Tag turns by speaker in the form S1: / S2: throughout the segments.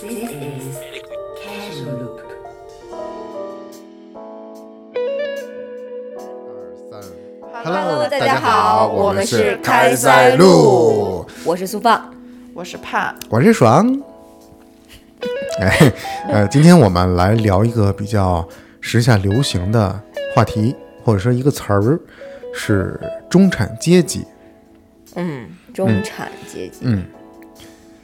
S1: This is Casual Loop.
S2: 二三
S3: Hello，
S2: 大
S3: 大
S2: 家
S3: 家
S2: 好
S3: 好，
S2: 我
S3: 我
S2: 们
S3: 们
S2: 是
S3: 是
S2: 开
S3: 开
S2: 塞
S3: 塞
S2: 露
S3: 露，我是苏放。
S4: 我是怕
S2: 我是爽。哎，呃，今天我们来聊一个比较时下流行的话题，或者说一个词儿，是中产阶级。
S3: 嗯，中产阶级，
S2: 嗯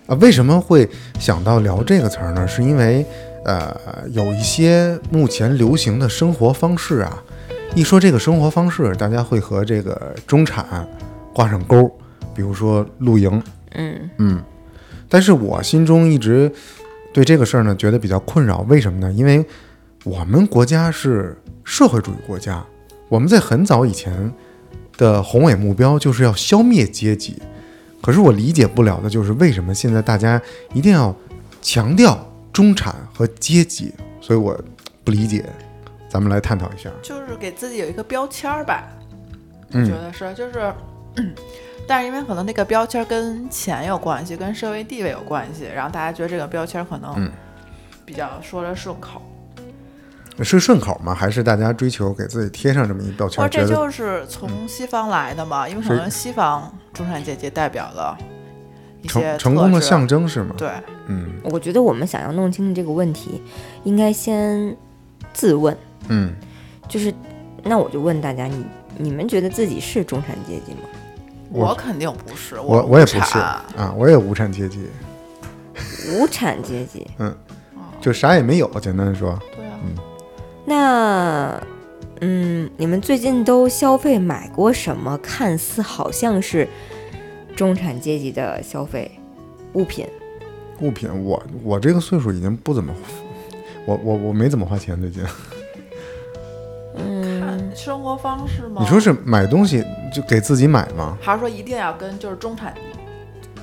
S2: 啊，为什么会想到聊这个词儿呢？是因为，呃，有一些目前流行的生活方式啊，一说这个生活方式，大家会和这个中产挂上钩儿，比如说露营，
S3: 嗯
S2: 嗯。但是我心中一直对这个事儿呢觉得比较困扰，为什么呢？因为我们国家是社会主义国家，我们在很早以前的呃宏伟目标就是要消灭阶级。可是我理解不了的就是为什么现在大家一定要强调中产和阶级，所以我不理解。咱们来探讨一下。
S4: 就是给自己有一个标签儿吧，我觉
S2: 嗯
S4: 得是，就是，嗯 但是因为可能那个标签儿跟钱有关系，跟社会地位有关系，然后大家觉得这个标签儿可能
S2: 嗯
S4: 比较说着顺口，
S2: 是顺口吗？还是大家追求给自己贴哦上这么一标
S4: 或者
S2: 签？觉
S4: 这
S2: 得嗯
S4: 就是从西方来的嘛，因为可
S2: 是
S4: 能西方中产阶级代表了一些
S2: 成成功的
S4: 特质
S2: 象征是吗？
S4: 对，
S2: 嗯
S3: 我觉得我们想要弄清楚这个问题，应该先自问，
S2: 嗯，
S3: 就是那我就问大家，你你们觉得自己是中产阶级吗？
S2: 我
S4: 我肯定不是，
S2: 我
S4: 我
S2: 也
S4: 无
S2: 不是
S4: 产
S2: 啊，我也无产阶级，
S3: 无产阶级，
S2: 就啥也没有。简单地说，
S4: 对啊，
S2: 嗯
S3: 那嗯，你们最近都消费买过什么？看似好像是中产阶级的消费物品，
S2: 物品我我这个岁数已经不怎么，我我我没怎么花钱最近。
S3: 嗯
S4: 看生活方式 吗？
S2: 你说是买东西就给自己买吗？
S4: 还是说一定要跟就是中产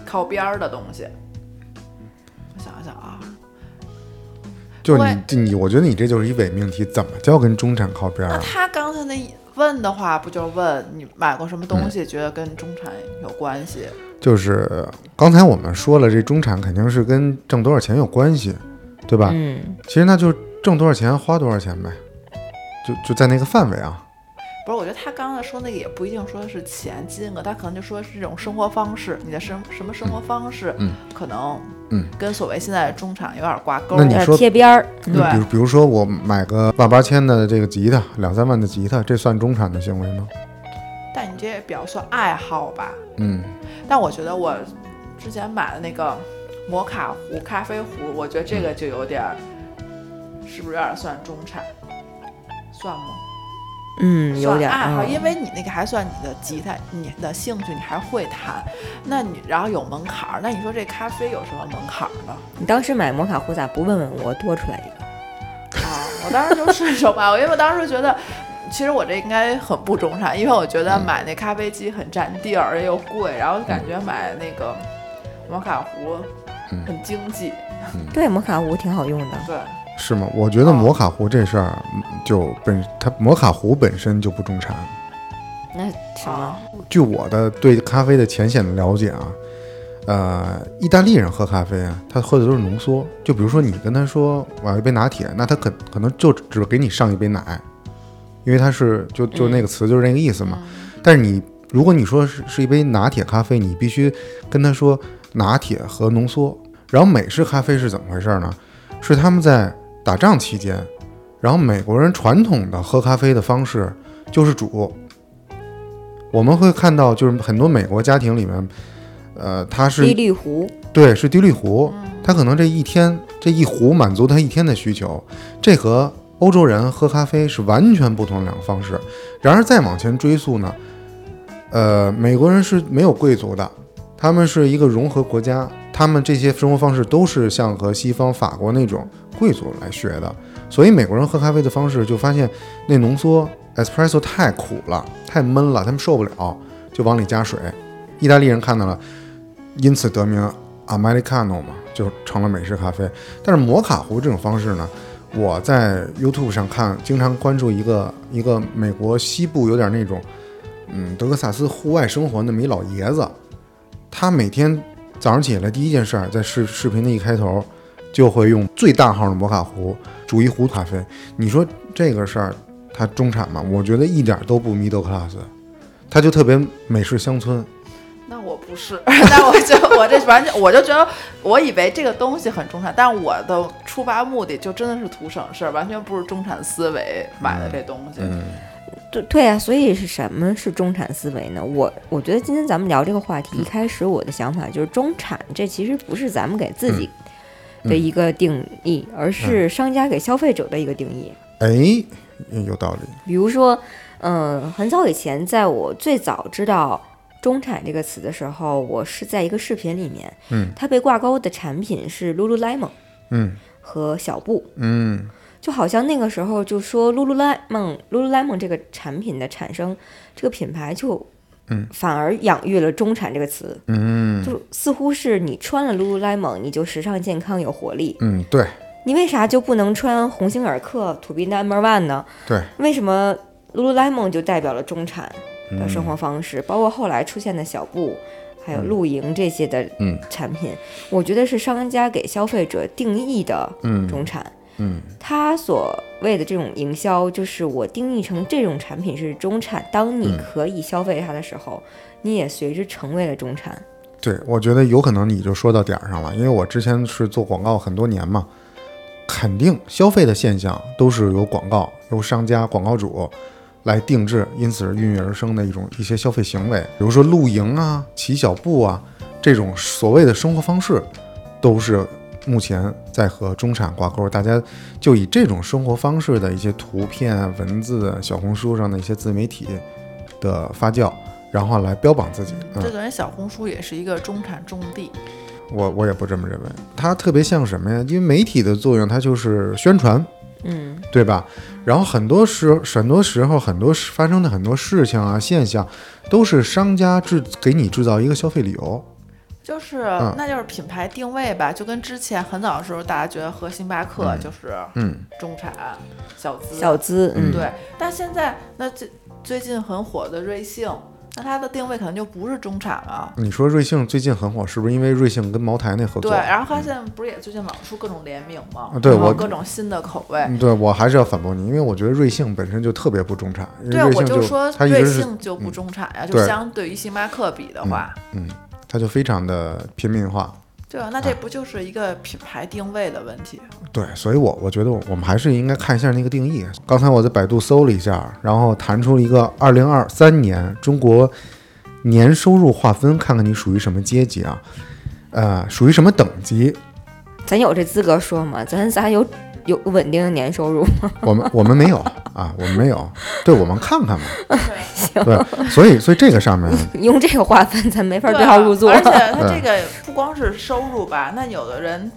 S4: 靠边儿的东西？我想想啊，
S2: 嗯就是你这你，我觉得你这就是一伪命题，怎么叫跟中产靠边儿
S4: 那
S2: 啊？
S4: 他刚才那问的话，不就是问你买过什么东
S2: 嗯
S4: 西，觉得跟中产有关系？
S2: 就是刚才我们说了，这中产肯定是跟挣多少钱有关系，对吧？
S3: 嗯，
S2: 其实那就挣多少钱花多少钱呗，就就在那个范围啊。
S4: 不是，我觉得他刚才说那个也不一定说是钱金额，他可能就说是这种生活方式，你的生什么生活方式，
S2: 嗯
S4: 可能
S2: 嗯
S4: 跟所谓现在的中产有点挂钩
S2: 那。你
S3: 要
S2: 说
S3: 贴边儿，嗯
S2: 那比
S4: 对
S2: 如比如说我买个万八千的这个吉他，两三万的吉他，这算中产的行为吗？
S4: 但你这也比较算爱好吧？
S2: 嗯，
S4: 但我觉得我之前买的那个摩卡壶、咖啡壶，我觉得这个就有点儿，是不是有点儿算中产？算吗？
S3: 嗯，有
S4: 算
S3: 点儿
S4: 啊爱好，
S3: 嗯
S4: 因为你那个还算你的吉他，你的兴趣，你还会弹，那你然后有门槛儿，那你说这咖啡有什么门槛儿呢？
S3: 你当时买摩卡壶咋不问问我多出来一个？
S4: 啊，我当时就顺手买， 我因为我当时觉得。其实我这应该很不中产，因为我觉得买那咖啡机很占地儿又贵，然后感觉买那个摩卡壶
S2: 嗯
S4: 很经济，
S3: 对，摩卡壶挺好用的。
S4: 对。
S2: 是吗？我觉得
S4: 哦
S2: 摩卡壶这事儿嗯就本它摩卡壶本身就不中产。
S3: 那什么，
S4: 啊
S2: 据我的对咖啡的浅显的了解啊，呃，意大利人喝咖啡啊，他喝的都是浓缩。就比如说你跟他说我要一杯拿铁，那他可可能就只给你上一杯奶，因为他是就就那个词就是那个意思嘛。但是你如果你说是是一杯拿铁咖啡，你必须跟他说拿铁和浓缩。然后美式咖啡是怎么回事呢？是他们在打仗期间，然后美国人传统的喝咖啡的方式就是煮。我们会看到，就是很多美国家庭里面，呃，他是
S3: 滴滤壶，
S2: 对，是滴滤壶，他可能这一天这一壶满足他一天的需求，这和欧洲人喝咖啡是完全不同的两个方式。然而再往前追溯呢，呃，美国人是没有贵族的，他们是一个融合国家，他们这些生活方式都是像和西方法国那种贵族来学的，所以美国人喝咖啡的方式就发现那浓缩 espresso 太苦了，太闷了，他们受不了，就往里加水。意大利人看到了，因此得名 Americano 嘛，就成了美式咖啡。但是摩卡壶这种方式呢，我在 YouTube 上看，经常关注一个一个美国西部有点那种，嗯，德克萨斯户外生活那么一老爷子，他每天早上起来第一件事儿，在视视频的一开头，就会用最大号的摩卡壶煮一壶咖啡。你说这个事儿它中产吗？我觉得一点儿都不 middle class，它就特别美式乡村。
S4: 那我不是， 那我就我这完全，我就觉得，我以为这个东西很中产，但我的出发目的就真的是图省事儿，完全不是中产思维买的这东西。
S2: 嗯
S3: 对对啊，所以是什么是中产思维呢？我我觉得今天咱们聊这个话题，一开始我的想法就是中产，这其实不是咱们给自己的一个定义，而是商家给消费者的一个定义。
S2: 哎，有道理。
S3: 比如说，嗯，很早以前，在我最早知道“中产”这个词的时候，我是在一个视频里面，
S2: 嗯，
S3: 它被挂钩的产品是 Lululemon
S2: 嗯
S3: 和小布，
S2: 嗯
S3: 就好像那个时候就说 Lululemon Lululemon 这个产品的产生，这个品牌就。
S2: 嗯，
S3: 反而养育了“中产”这个词，
S2: 嗯
S3: 就似乎是你穿了 Lululemon，你就时尚、健康、有活力。
S2: 嗯，对
S3: 你为啥就不能穿鸿星尔克、土币 Number One 呢？
S2: 对，
S3: 为什么 Lululemon 就代表了中产
S2: 嗯
S3: 的生活方式？包括后来出现的小布，还有露营这些的
S2: 嗯
S3: 产品，我觉得是商家给消费者定义的
S2: 嗯
S3: 中产。
S2: 嗯
S3: 他所谓的这种营销，就是我定义成这种产品是中产。当你可以消费它的时候，
S2: 嗯
S3: 你也随之成为了中产。
S2: 对，我觉得有可能你就说到点儿上了，因为我之前是做广告很多年嘛，肯定消费的现象都是由广告、由商家、广告主来定制，因此孕育而生的一种一些消费行为，比如说露营啊、骑小步啊这种所谓的生活方式，都是目前在和中产挂钩。大家就以这种生活方式的一些图片啊、文字啊、小红书上的一些自媒体的发酵，然后来标榜自己。嗯
S4: 这，等于小红书也是一个中产种地，
S2: 我我也不这么认为，它特别像什么呀？因为媒体的作用，它就是宣传，
S3: 嗯，
S2: 对吧？然后很多时很多时候很多事发生的很多事情啊现象，都是商家制给你制造一个消费理由。
S4: 就是、
S2: 嗯
S4: 那就是品牌定位吧，就跟之前很早的时候大家觉得喝星巴克就是
S2: 嗯
S4: 中产、小资，
S3: 小资，嗯，
S4: 对，但现在那最最近很火的瑞幸，那它的定位可能就不是中产了。
S2: 你说瑞幸最近很火，是不是因为瑞幸跟茅台那合
S4: 对，
S2: 作？嗯
S4: 然后它现在不是也最近老出各种联名吗
S2: 啊？对
S4: 然后
S2: 我
S4: 各种新的口味。
S2: 嗯对，我还是要反驳你，因为我觉得瑞幸本身就特别不中产。因为
S4: 对，
S2: 瑞幸
S4: 我就说
S2: 它一
S4: 瑞
S2: 直是嗯
S4: 幸就不中产呀，就
S2: 对
S4: 相对于星巴克比的话，
S2: 嗯，它就非常的平民化。
S4: 对啊，那这不就是一个品牌定位的问 题？
S2: 对，所以我我觉得我们还是应该看一下那个定义。刚才我在百度搜了一下，然后弹出了一个二零二三年中国年收入划分，看看你属于什么阶级啊？呃，属于什么等级？
S3: 咱有这资格说吗？咱仨有有稳定的年收入吗？
S2: 我们我们没有啊，我们没有。对，我们看看嘛。对，所以所以这个上面，
S3: 用这个划分，咱没法
S4: 对
S3: 对
S4: 啊
S3: 号入座。
S4: 而且 它这个不光是收入吧，那有的人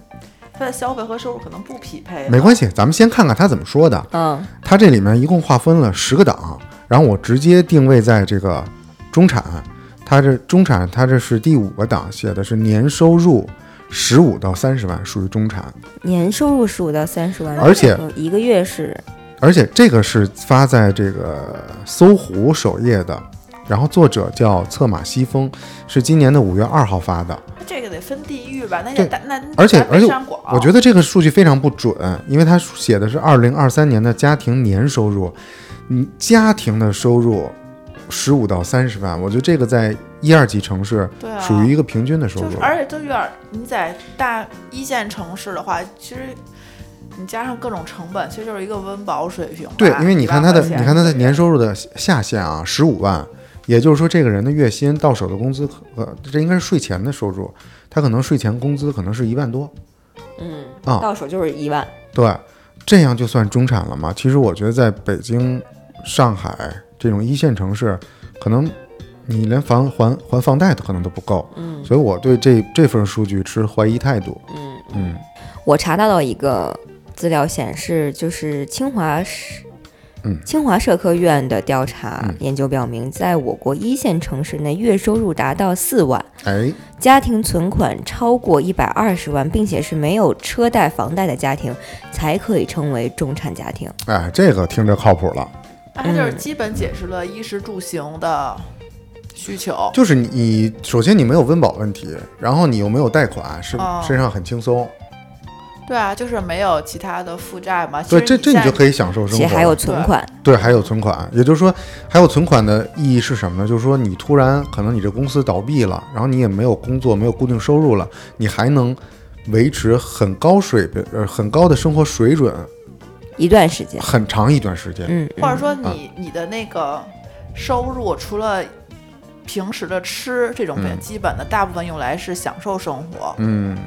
S4: 他的消费和收入可能不匹配。
S2: 没关系，咱们先看看他怎么说的。
S3: 嗯，
S2: 它这里面一共划分了十个档，然后我直接定位在这个中产，它这中产它这是第五个档，写的是年收入十五到三十万属于中产，
S3: 年收入十五到三十万，
S2: 而且
S3: 一个月是
S2: 而且这个是发在这个搜狐首页的，然后作者叫策马西风，是今年的五月二号发的。
S4: 这个得分地域吧，那
S2: 对
S4: 也大那
S2: 而且而且我觉
S4: 得
S2: 得这个数据非常不准，因为它写的是二零二三年的家庭年收入，嗯，家庭的收入十五到三十万，我觉得这个在一二级城市
S4: 对啊
S2: 属于一个平均的收
S4: 就
S2: 入
S4: 是，，而且都有点儿，你在大一线城市的话，其实你加上各种成本，其实就是一个温饱水平吧。
S2: 对，因为你看它的，
S4: 1万块
S2: 你
S4: 钱
S2: 看它的年收入的下限啊，十五万，也就是说这个人的月薪到手的工资可，呃，这应该是税前的收入，他可能税前工资可能是一万多，
S3: 嗯，
S2: 啊
S3: 到手就是一万。
S2: 对，这样就算中产了吗？其实我觉得在北京、上海这种一线城市，可能你连房还还房贷都可能都不够，
S3: 嗯
S2: 所以我对这这份数据持怀疑态度。
S3: 嗯，
S2: 嗯
S3: 我查到了一个资料显示，就是清华是。
S2: 嗯
S3: 清华社科院的调查
S2: 嗯
S3: 研究表明，在我国一线城市内，月收入达到四万，
S2: 哎，
S3: 家庭存款超过一百二十万，并且是没有车贷、房贷的家庭，才可以称为中产家庭。
S2: 哎，这个听着靠谱了，
S4: 那它就是
S3: 嗯
S4: 基本解释了衣食住行的需求。
S2: 就是你你首先你没有温饱问题，然后你又没有贷款，身
S4: 哦
S2: 身上很轻松，
S4: 对啊，就是没有其他的负债嘛。
S2: 对，
S4: 其
S2: 这
S4: 实
S2: 这你
S4: 现
S2: 就
S4: 在
S2: 可以享受生
S3: 且
S2: 活。
S3: 还有存款，
S2: 对，还有存款，也就是说，还有存款的意义是什么呢？就是说，你突然可能你这公司倒闭了，然后你也没有工作，没有固定收入了，你还能维持很高水平，呃，很高的生活水准
S3: 一段时间，
S2: 很长一段时间。
S3: 嗯，
S4: 或者说你你的那个收入除了平时的吃这种比较
S2: 嗯
S4: 基本的，大部分用来是享受生活
S2: 嗯，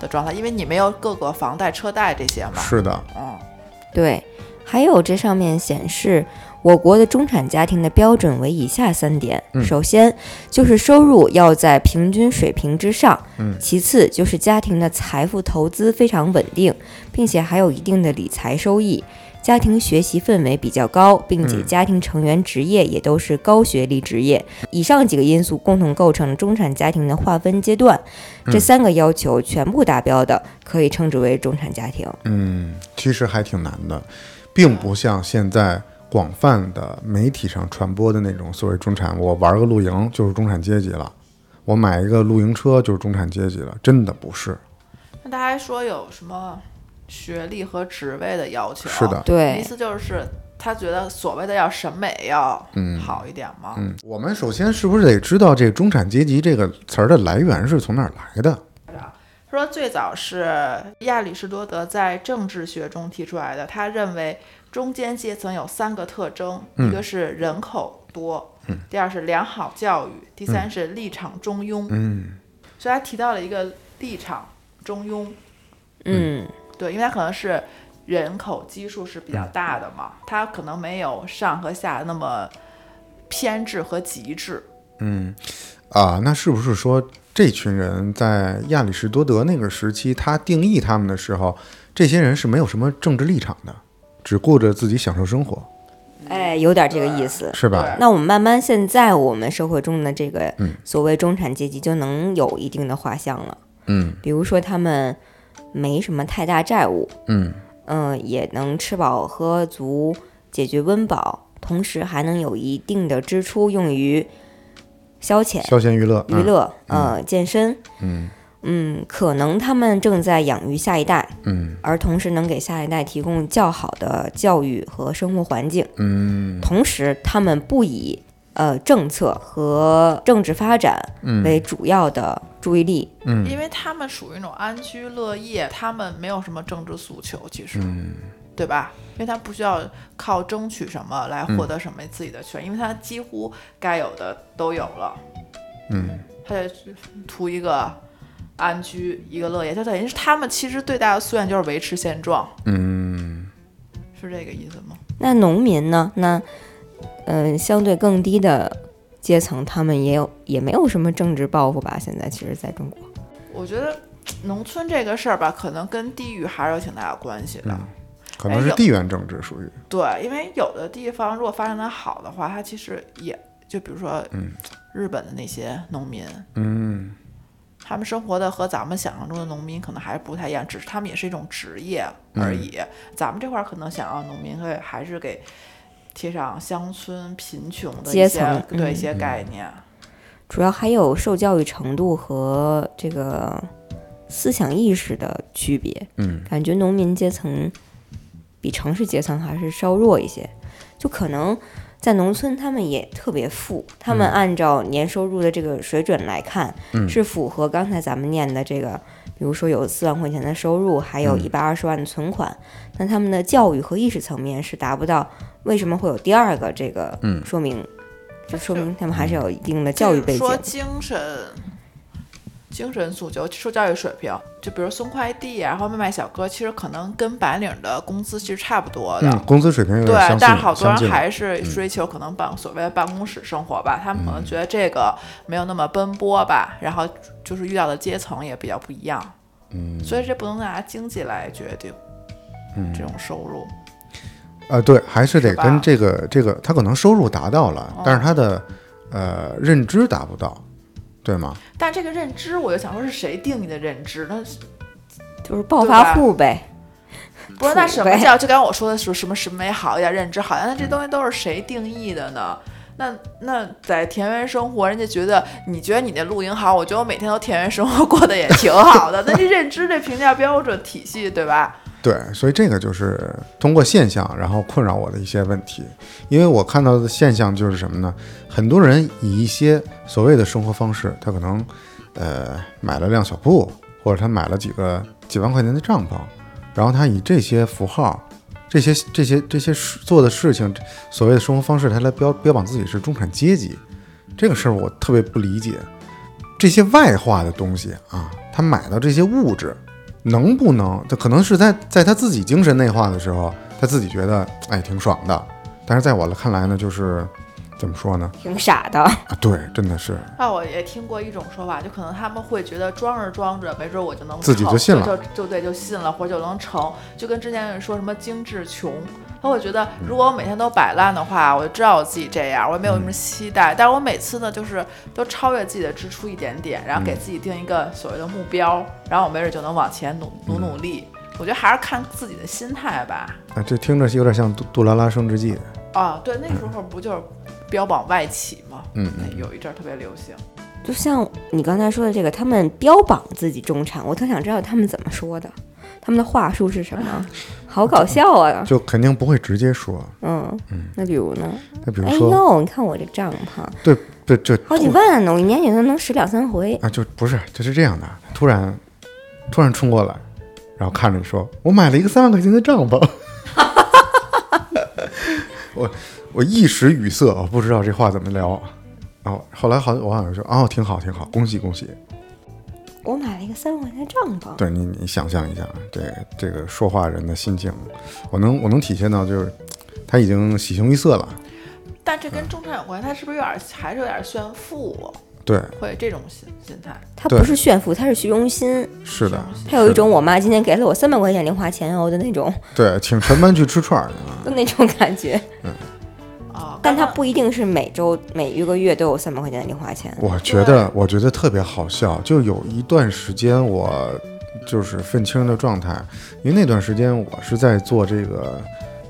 S4: 的状态，因为你没有各个房贷、车贷这些嘛。
S2: 是的，
S4: 嗯，
S3: 对，还有这上面显示，我国的中产家庭的标准为以下三点：
S2: 嗯
S3: 首先就是收入要在平均水平之上；
S2: 嗯
S3: 其次就是家庭的财富投资非常稳定，并且还有一定的理财收益。家庭学习氛围比较高，并且
S2: 嗯
S3: 家庭成员职业也都是高学历职业。以上几个因素共同构成了中产家庭的划分阶段。这
S2: 嗯
S3: 三个要求全部达标的，可以称之为中产家庭。
S2: 嗯，其实还挺难的，并不像现在广泛的媒体上传播的那种所谓中产，我玩个露营就是中产阶级了，我买一个露营车就是中产阶级了，真的不是。
S4: 那他还说有什么学历和职位的要求？
S2: 是的，
S3: 对，
S4: 意思就是他觉得所谓的要审美要
S2: 嗯
S4: 好一点嘛。
S2: 嗯，我们首先是不是得知道这“中产阶级”这个词儿的来源是从哪儿来的？
S4: 说最早是亚里士多德在政治学中提出来的，他认为中间阶层有三个特征，
S2: 嗯
S4: 一个是人口多，第二是良好教育，第三是立场中庸。
S2: 嗯，
S4: 所以他提到了一个立场中庸，
S3: 嗯
S4: 对，因为他可能是人口基数是比较大的嘛，他可能没有上和下那么偏执和极致。
S2: 啊，那是不是说这群人在亚里士多德那个时期，他定义他们的时候，这些人是没有什么政治立场的，只顾着自己享受生活，
S3: 哎，有点这个意思。
S2: 是吧？
S4: 对
S3: 那我们慢慢现在我们社会中的这个
S2: 嗯
S3: 所谓中产阶级就能有一定的画像了，
S2: 嗯
S3: 比如说他们没什么太大债务，
S2: 嗯
S3: 嗯、也能吃饱喝足，解决温饱，同时还能有一定的支出用于消遣、
S2: 消闲娱乐，
S3: 娱乐、呃健身。
S2: 嗯
S3: 嗯，可能他们正在养育下一代，
S2: 嗯
S3: 而同时能给下一代提供较好的教育和生活环境。
S2: 嗯
S3: 同时，他们不以呃政策和政治发展为主要的注意力。
S2: 嗯
S4: 因为他们属于那种安居乐业，他们没有什么政治诉求，其实，
S2: 嗯
S4: 对吧？因为他不需要靠争取什么来
S2: 嗯
S4: 获得什么自己的权，因为他几乎该有的都有了，
S2: 嗯
S4: 他得图一个安居，一个乐业，就等于是他们其实最大的夙愿就是维持现状，
S2: 嗯
S4: 是这个意思吗？
S3: 那农民呢？那嗯、呃相对更低的阶层，他们也有也没有什么政治抱负吧？现在其实在中国，
S4: 我觉得农村这个事儿吧，可能跟地域还是有挺大的关系的。
S2: 嗯可能是
S4: 哎有
S2: 地缘政治属于，
S4: 对，因为有的地方如果发展的好的话，它其实也就比如说，
S3: 嗯
S4: 日本的那些农民，
S2: 嗯
S4: 他们生活的和咱们想象中的农民可能还是不太一样，只是他们也是一种职业
S3: 嗯
S4: 而已。咱们这块儿可能想要农民会还是给贴上乡村贫穷的一
S3: 阶
S4: 些
S3: 层
S4: 对一
S3: 嗯
S4: 些概念。
S3: 主要还有受教育程度和这个思想意识的区别。
S2: 嗯
S3: 感觉农民阶层比城市阶层还是稍弱一些，就可能在农村他们也特别富，他们按照年收入的这个水准来看，
S2: 嗯
S3: 是符合刚才咱们念的这个，比如说有四万块钱的收入，还
S2: 嗯
S3: 有一百二十万的存款，那他们的教育和意识层面是达不到，为什么会有第二个这个
S2: 嗯
S3: 说明？就说明他们还是有一定的
S4: 就
S3: 教育
S4: 是
S3: 背景
S4: 说，精神精神诉求、受教育水平，就比如送快递啊，然后卖卖小哥，其实可能跟白领的工资其实差不多的。
S2: 嗯，工资水平有点相
S4: 对，
S2: 近，
S4: 但是好多
S2: 相近
S4: 人
S2: 了嗯
S4: 还是追求可能办所谓的办公室生活吧，他们可能觉得这个没有那么奔波吧，然后就是遇到的阶层也比较不一样，嗯，所以这不能拿经济来决定，嗯，这种收入，
S2: 呃，对，还是得
S4: 是吧哦
S2: 跟这个这个，他可能收入达到了，但是他的呃认知达不到，对吗？
S4: 但这个认知，我就想说是谁定义的认知？那
S3: 就是暴
S4: 对
S3: 发
S4: 吧
S3: 户呗。
S4: 不是，
S3: 土
S4: 那什么
S3: 呗
S4: 叫就刚我说的是什么审美好一点，认知好一点，那这东西都是谁定义的呢？那那在田园生活，人家觉得你觉得你那露营好，我觉得我每天都田园生活过得也挺好的。那这认知这评价标准体系，对吧？
S2: 对，所以这个就是通过现象，然后困扰我的一些问题。因为我看到的现象就是什么呢？很多人以一些所谓的生活方式，他可能呃买了辆小布，或者他买了几个几万块钱的帐篷，然后他以这些符号、这些这些这些事做的事情，所谓的生活方式，他来标标榜自己是中产阶级。这个事儿我特别不理解。这些外化的东西啊，他买到这些物质，能不能？他可能是在在他自己精神内化的时候，他自己觉得哎挺爽的，但是在我看来呢，就是怎么说呢？
S3: 挺傻的。
S2: 啊，对，真的是
S4: 那我也听过一种说法，就可能他们会觉得装着装着，没准我就能
S2: 自己
S4: 成
S2: 就信了
S4: 就就对，就信了，或者就能成。就跟之前有人说什么精致穷，他会觉
S2: 嗯
S4: 得如果我每天都摆烂的话，我就知道我自己这样，我也没有什
S2: 嗯
S4: 么期待，但是我每次呢，就是都超越自己的支出一点点，然后
S2: 嗯
S4: 给自己定一个所谓的目标，然后我没准就能往前努
S2: 嗯
S4: 努努力。我觉得还是看自己的心态吧。
S2: 啊，这听着有点像杜杜拉拉升职记。
S4: 啊，对，那时候不就是标榜外企吗？
S2: 嗯
S4: 哎有一阵儿特别流行。
S3: 就像你刚才说的这个，他们标榜自己中产，我特想知道他们怎么说的，他们的话术是什么？好搞笑啊！
S2: 就肯定不会直接说。
S3: 嗯，那比如呢？
S2: 那比如
S3: 哎
S2: 说，
S3: 呦，你看我这帐篷，
S2: 对对这
S3: 好几万呢，我一年也就能使两三回。
S2: 啊，就不是就是这样的，突然突然冲过来，然后看着你说：“我买了一个三万块钱的帐篷。 我”我一时语塞，我不知道这话怎么聊。然后后来好，我好像说：“哦，挺好，挺好，恭喜恭喜。
S3: 我买了一个三万块钱的帐篷，
S2: 对”你你想象一下，这个这个说话人的心境，我能我能体现到，就是他已经喜形于色了。
S4: 但这
S2: 嗯
S4: 跟中产有关，他是不是有点还是有点炫富？
S2: 对，
S4: 会这种心心态，
S3: 它
S2: 对
S3: 不是炫富，它是虚荣心，
S2: 是的，
S3: 它有一种我妈今天给了我三百块钱零花钱哦的那种
S2: 对，请全班去吃串儿去啊。
S3: 的那种感觉。
S4: 啊，
S3: 但它
S4: 刚刚
S3: 不一定是每周每一个月都有三百块钱的零花钱。
S2: 我觉得，我觉得特别好笑。就有一段时间，我就是愤青的状态，因为那段时间我是在做这个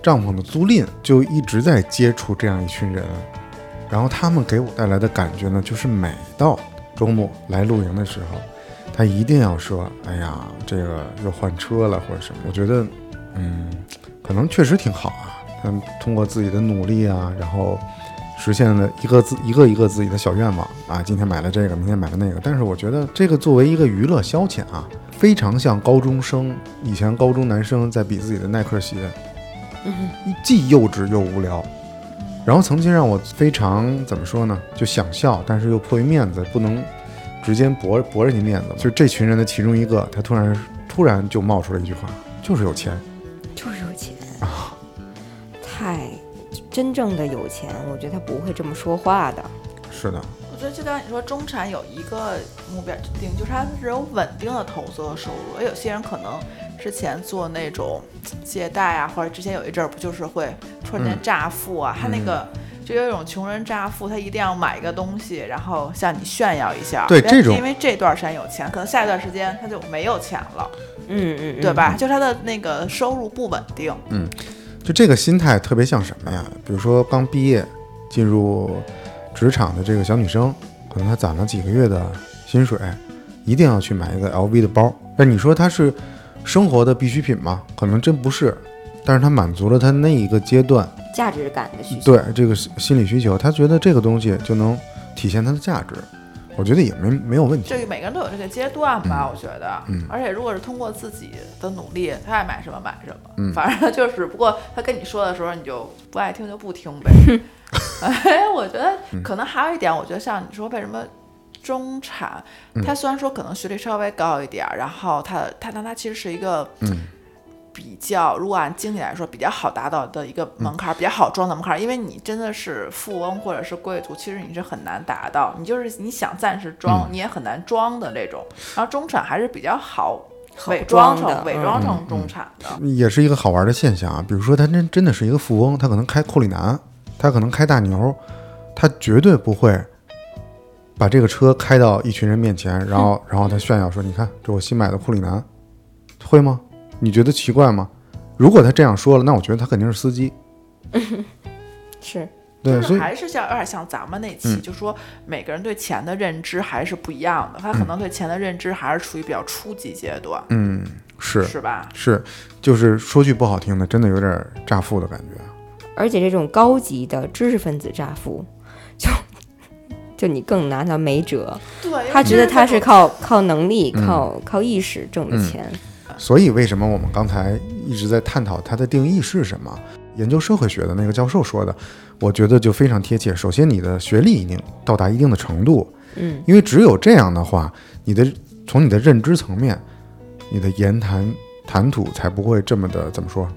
S2: 帐篷的租赁，就一直在接触这样一群人。然后他们给我带来的感觉呢，就是每到周末来露营的时候，他一定要说：“哎呀，这个又换车了，或者什么。”我觉得，嗯，可能确实挺好啊。嗯，通过自己的努力啊，然后实现了一个自一个一个自己的小愿望啊。今天买了这个，明天买了那个。但是我觉得这个作为一个娱乐消遣啊，非常像高中生以前高中男生在比自己的耐克鞋，既幼稚又无聊。然后曾经让我非常怎么说呢，就想笑，但是又迫于面子，不能直接驳驳人家面子嘛。就这群人的其中一个，他突然突然就冒出了一句话，就是有钱。
S3: 就是有钱，太真正的有钱，我觉得他不会这么说话的。
S2: 是的，
S4: 我觉得就像你说，中产有一个目标指定，就是他是有稳定的投资和收入。而有些人可能之前做那种借贷啊，或者之前有一阵儿不就是会突然间
S2: 嗯
S4: 乍富啊，他那个。就有一种穷人乍富，他一定要买一个东西，然后向你炫耀一下。
S2: 对
S4: 因为
S2: 这种
S4: 因为这段时间有钱，可能下一段时间他就没有钱了，
S3: 嗯嗯，嗯
S4: 对？吧？就他的那个收入不稳定。
S2: 就这个心态特别像什么呀？比如说刚毕业进入职场的这个小女生，可能她攒了几个月的薪水，一定要去买一个 LV 的包。但你说她是生活的必需品吗？可能真不是，但是她满足了她那一个阶段
S3: 价值感的需求。
S2: 对这个心心理需求，她觉得这个东西就能体现她的价值，我觉得也没没有问题嗯
S4: 这。个每个人都有这个阶段吧，我觉得。而且如果是通过自己的努力，他爱买什么买什么，
S2: 嗯
S4: 反正就只不过他跟你说的时候，你就不爱听就不听 呗。哎，我觉得
S2: 嗯
S4: 可能还有一点，我觉得像你说为什么。中产，
S2: 嗯
S4: 他虽然说可能学历稍微高一点儿，然后他他但他其实是一个
S2: 嗯
S4: 比较，如果按经济来说比较好达到的一个门槛儿，比较好装的门槛儿，因为你真的是富翁或者是贵族，其实你是很难达到，你就是你想暂时
S2: 嗯
S4: 装，你也很难装的这种。然后中产还是比较好
S3: 好
S4: 伪装
S3: 装的
S4: 成伪
S3: 嗯
S4: 装成中产的，
S2: 也是一个好玩的现象啊。比如说，他真真的是一个富翁，他可能开库里南，他可能开大牛，他绝对不会把这个车开到一群人面前，然后然后他炫耀说：“你看，这我新买的库里南。”会吗？你觉得奇怪吗？如果他这样说了，那我觉得他肯定是司机。
S3: 是
S2: 对，
S4: 就
S2: 所
S4: 是
S2: 以
S4: 还是像有点像咱们那期，
S2: 嗯
S4: 就说每个人对钱的认知还是不一样的，他可能对钱的认知还是处于比较初级阶段，
S2: 嗯，是
S4: 是吧？
S2: 是，就是说句不好听的，真的有点诈富的感觉。
S3: 而且这种高级的知识分子乍富，就 就你更拿他没辙。
S4: 对，
S3: 他觉得他是
S4: 靠。
S3: 靠靠能力、靠靠意识挣的
S2: 嗯
S3: 钱。
S2: 所以为什么我们刚才一直在探讨它的定义是什么？研究社会学的那个教授说的，我觉得就非常贴切。首先，你的学历一定到达一定的程度，
S3: 嗯，
S2: 因为只有这样的话，你的从你的认知层面，你的言谈谈吐才不会这么的怎么说？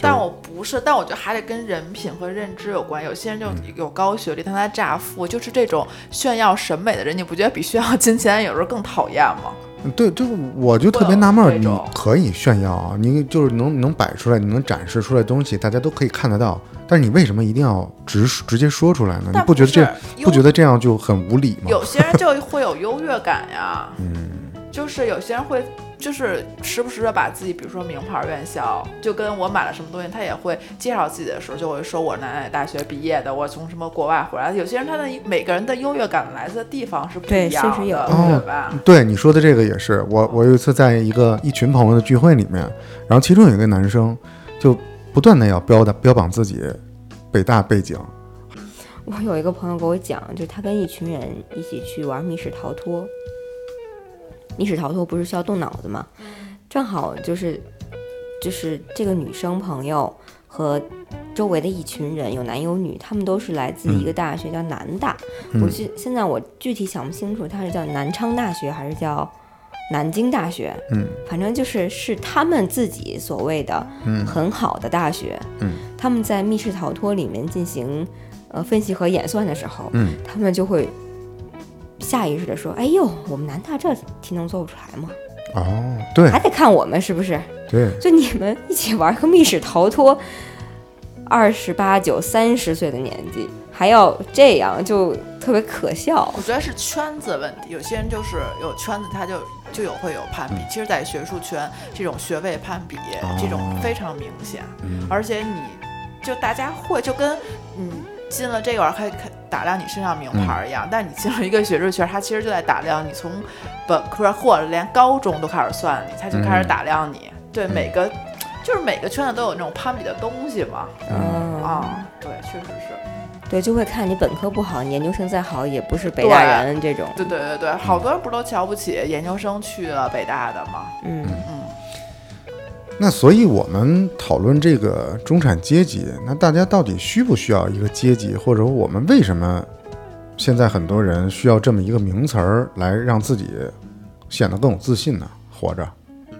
S4: 但我不是，但我觉得还得跟人品和认知有关。有些人就
S2: 嗯
S4: 有高学历，但他乍富，就是这种炫耀审美的人，你不觉得比炫耀金钱有时候更讨厌吗？
S2: 嗯对，就我就特别纳闷儿，
S4: 会有这
S2: 你
S4: 种
S2: 可以炫耀啊，你就是能能摆出来，你能展示出来东西，大家都可以看得到，但是你为什么一定要直直接说出来呢？你
S4: 但
S2: 不觉得这
S4: 这
S2: 不觉得这样就很无理吗？
S4: 有些人就会有优越感呀？
S2: 嗯
S4: 就是有些人会。就是时不时的把自己，比如说名牌院校，就跟我买了什么东西，他也会介绍自己的时候，就会说我哪哪大学毕业的，我从什么国外回来的。有些人他的每个人的优越感来自的地方是不
S3: 对
S4: 一样的，
S3: 确实有
S2: 哦
S4: 对吧？
S2: 对你说的这个也是，我我有一次在一个一群朋友的聚会里面，然后其中有一个男生就不断的要标的标榜自己北大背景，
S3: 我有一个朋友给我讲，就是他跟一群人一起去玩密室逃脱。密室逃脱不是需要动脑子吗？正好就是就是这个女生朋友和周围的一群人，有男有女，他们都是来自一个大学、叫南大。我
S2: 嗯
S3: 记现在我具体想不清楚，他是叫南昌大学还是叫南京大学？
S2: 嗯，
S3: 反正就是是他们自己所谓的
S2: 嗯
S3: 很好的大学，
S2: 嗯，
S3: 他们在密室逃脱里面进行呃分析和演算的时候，
S2: 嗯，
S3: 他们就会下意识的说：“哎呦，我们南大这题能做不出来吗？
S2: 哦，对
S3: 还得看我们是不是？
S2: 对，
S3: 就你们一起玩个密室逃脱，二十八九、三十岁的年纪还要这样，就特别可笑。
S4: 我觉得是圈子问题，有些人就是有圈子，他就就有会有攀
S2: 嗯
S4: 比。其实，在学术圈，这种学位攀比，这种非常明显，
S2: 哦嗯
S4: 而且你就大家会就跟你进了这个玩意儿，可以可以打量你身上名牌
S2: 嗯
S4: 儿一样，但你进了一个学术圈，他其实就在打量你从本科或者连高中都开始算你，他就开始
S2: 嗯
S4: 打量你。对每个，就是每个圈子都有那种攀比的东西嘛。
S2: 哦
S3: 嗯
S4: 啊，对，确实是。
S3: 对，就会看你本科不好，你研究生再好也不是北大人这种。
S4: 对对对对，好多人不都瞧不起研究生去了北大的吗？
S3: 嗯，
S2: 那所以我们讨论这个中产阶级，那大家到底需不需要一个阶级，或者说我们为什么现在很多人需要这么一个名词儿来让自己显得更有自信呢？活着，
S4: 我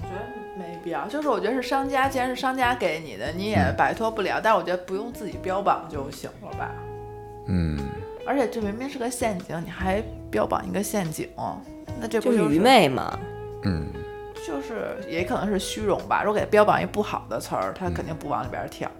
S4: 觉得没必要，就是我觉得是商家，既然是商家给你的，你也摆脱不了，但我觉得不用自己标榜就行了吧。
S2: 嗯。
S4: 而且这明明是个陷阱，你还标榜一个陷阱，那这不、
S3: 就是是愚，昧嘛。
S4: 就是也可能是虚荣吧。如果给标榜一不好的词儿，他肯定不往里边跳。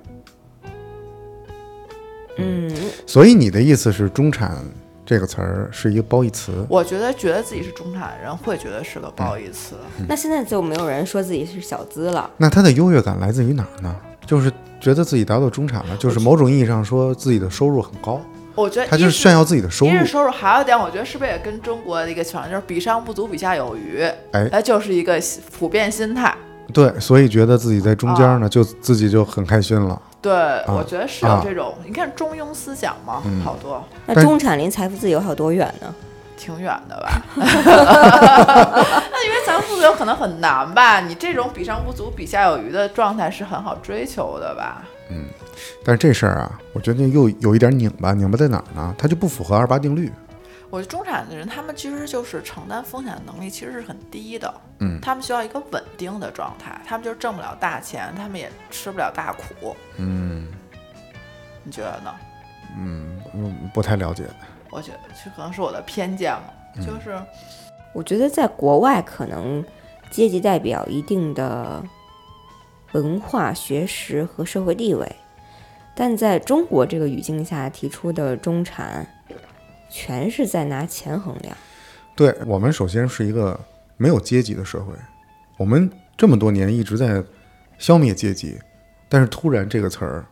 S3: 嗯，
S2: 所以你的意思是，中产这个词儿是一个褒义词？
S4: 我觉得觉得自己是中产人，会觉得是个褒义词。
S2: 嗯
S3: 那现在就没有人说自己是小资了。
S2: 那它的优越感来自于哪儿呢？就是觉得自己达到中产了，就是某种意义上说自己的收入很高，
S4: 我觉得
S2: 他就是
S4: 一
S2: 炫耀自己的收
S4: 一
S2: 入
S4: 呃是。收入，还有一点，我觉得是不是也跟中国的一个情况，就是比上不足，比下有余，
S2: 哎
S4: 呃，就是一个心普遍心态。
S2: 对，所以觉得自己在中间呢，就自己就很开心了。
S4: 对，我觉得是有
S2: 啊嗯
S4: 这种。你看中庸思想嘛，好多
S3: 那
S2: 但
S3: 中产离财富自由还有多远呢？
S4: 挺远的 吧？那因为咱们富有可能很难吧？你这种比上不足，比下有余的状态是很好追求的吧？
S2: 但是这事儿啊，我觉得又有一点拧巴，拧巴在哪儿呢？它就不符合二八定律。
S4: 我觉得中产的人，他们其实就是承担风险的能力其实是很低的，
S2: 嗯
S4: 他们需要一个稳定的状态，他们就挣不了大钱，他们也吃不了大苦，
S2: 嗯
S4: 你觉得呢？
S2: 嗯，不太了解。
S4: 我觉得这可能是我的偏见嘛，
S2: 嗯
S4: 就是
S3: 我觉得在国外可能阶级代表一定的文化、学识和社会地位，但在中国这个语境下提出的中产，全是在拿钱衡量。
S2: 对我们首先是一个没有阶级的社会，我们这么多年一直在消灭阶级，但是突然这个词儿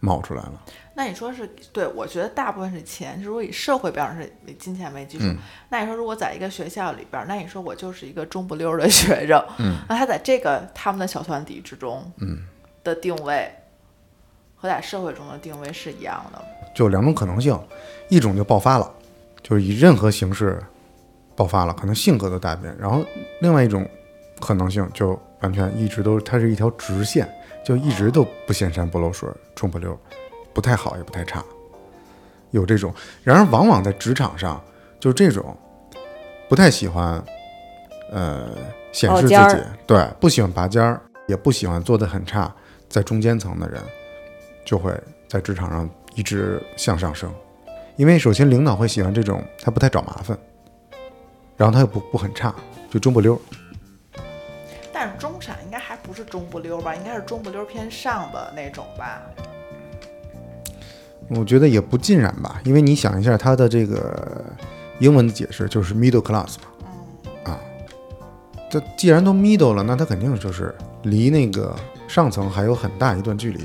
S2: 冒出来了。
S4: 那你说是对，我觉得大部分是钱，如果以社会标准是以金钱为基础。
S2: 嗯
S4: 那你说如果在一个学校里边儿，那你说我就是一个中不溜儿的学生，
S2: 嗯
S4: 那他在这个他们的小团体之中
S2: 嗯，
S4: 的定位和在社会中的定位是一样的吗。
S2: 就两种可能性，一种就爆发了，就是以任何形式爆发了，可能性格的大变；然后另外一种可能性就完全一直都它是一条直线，就一直都不显山不漏水，中不溜，不太好也不太差，有这种。然而，往往在职场上，就这种不太喜欢，呃，显示自
S3: 哦拔尖
S2: 己
S3: 儿，
S2: 对，不喜欢拔尖儿，也不喜欢做的很差，在中间层的人，就会在职场上一直向上升，因为首先领导会喜欢这种他不太找麻烦，然后他又不不很差，就中不溜儿。
S4: 但是中产应该还不是中不溜儿吧，应该是中不溜儿偏上的那种吧。
S2: 我觉得也不尽然吧，因为你想一下它的这个英文的解释就是 middle class 嘛，啊，这既然都 middle 了，那它肯定就是离那个上层还有很大一段距离。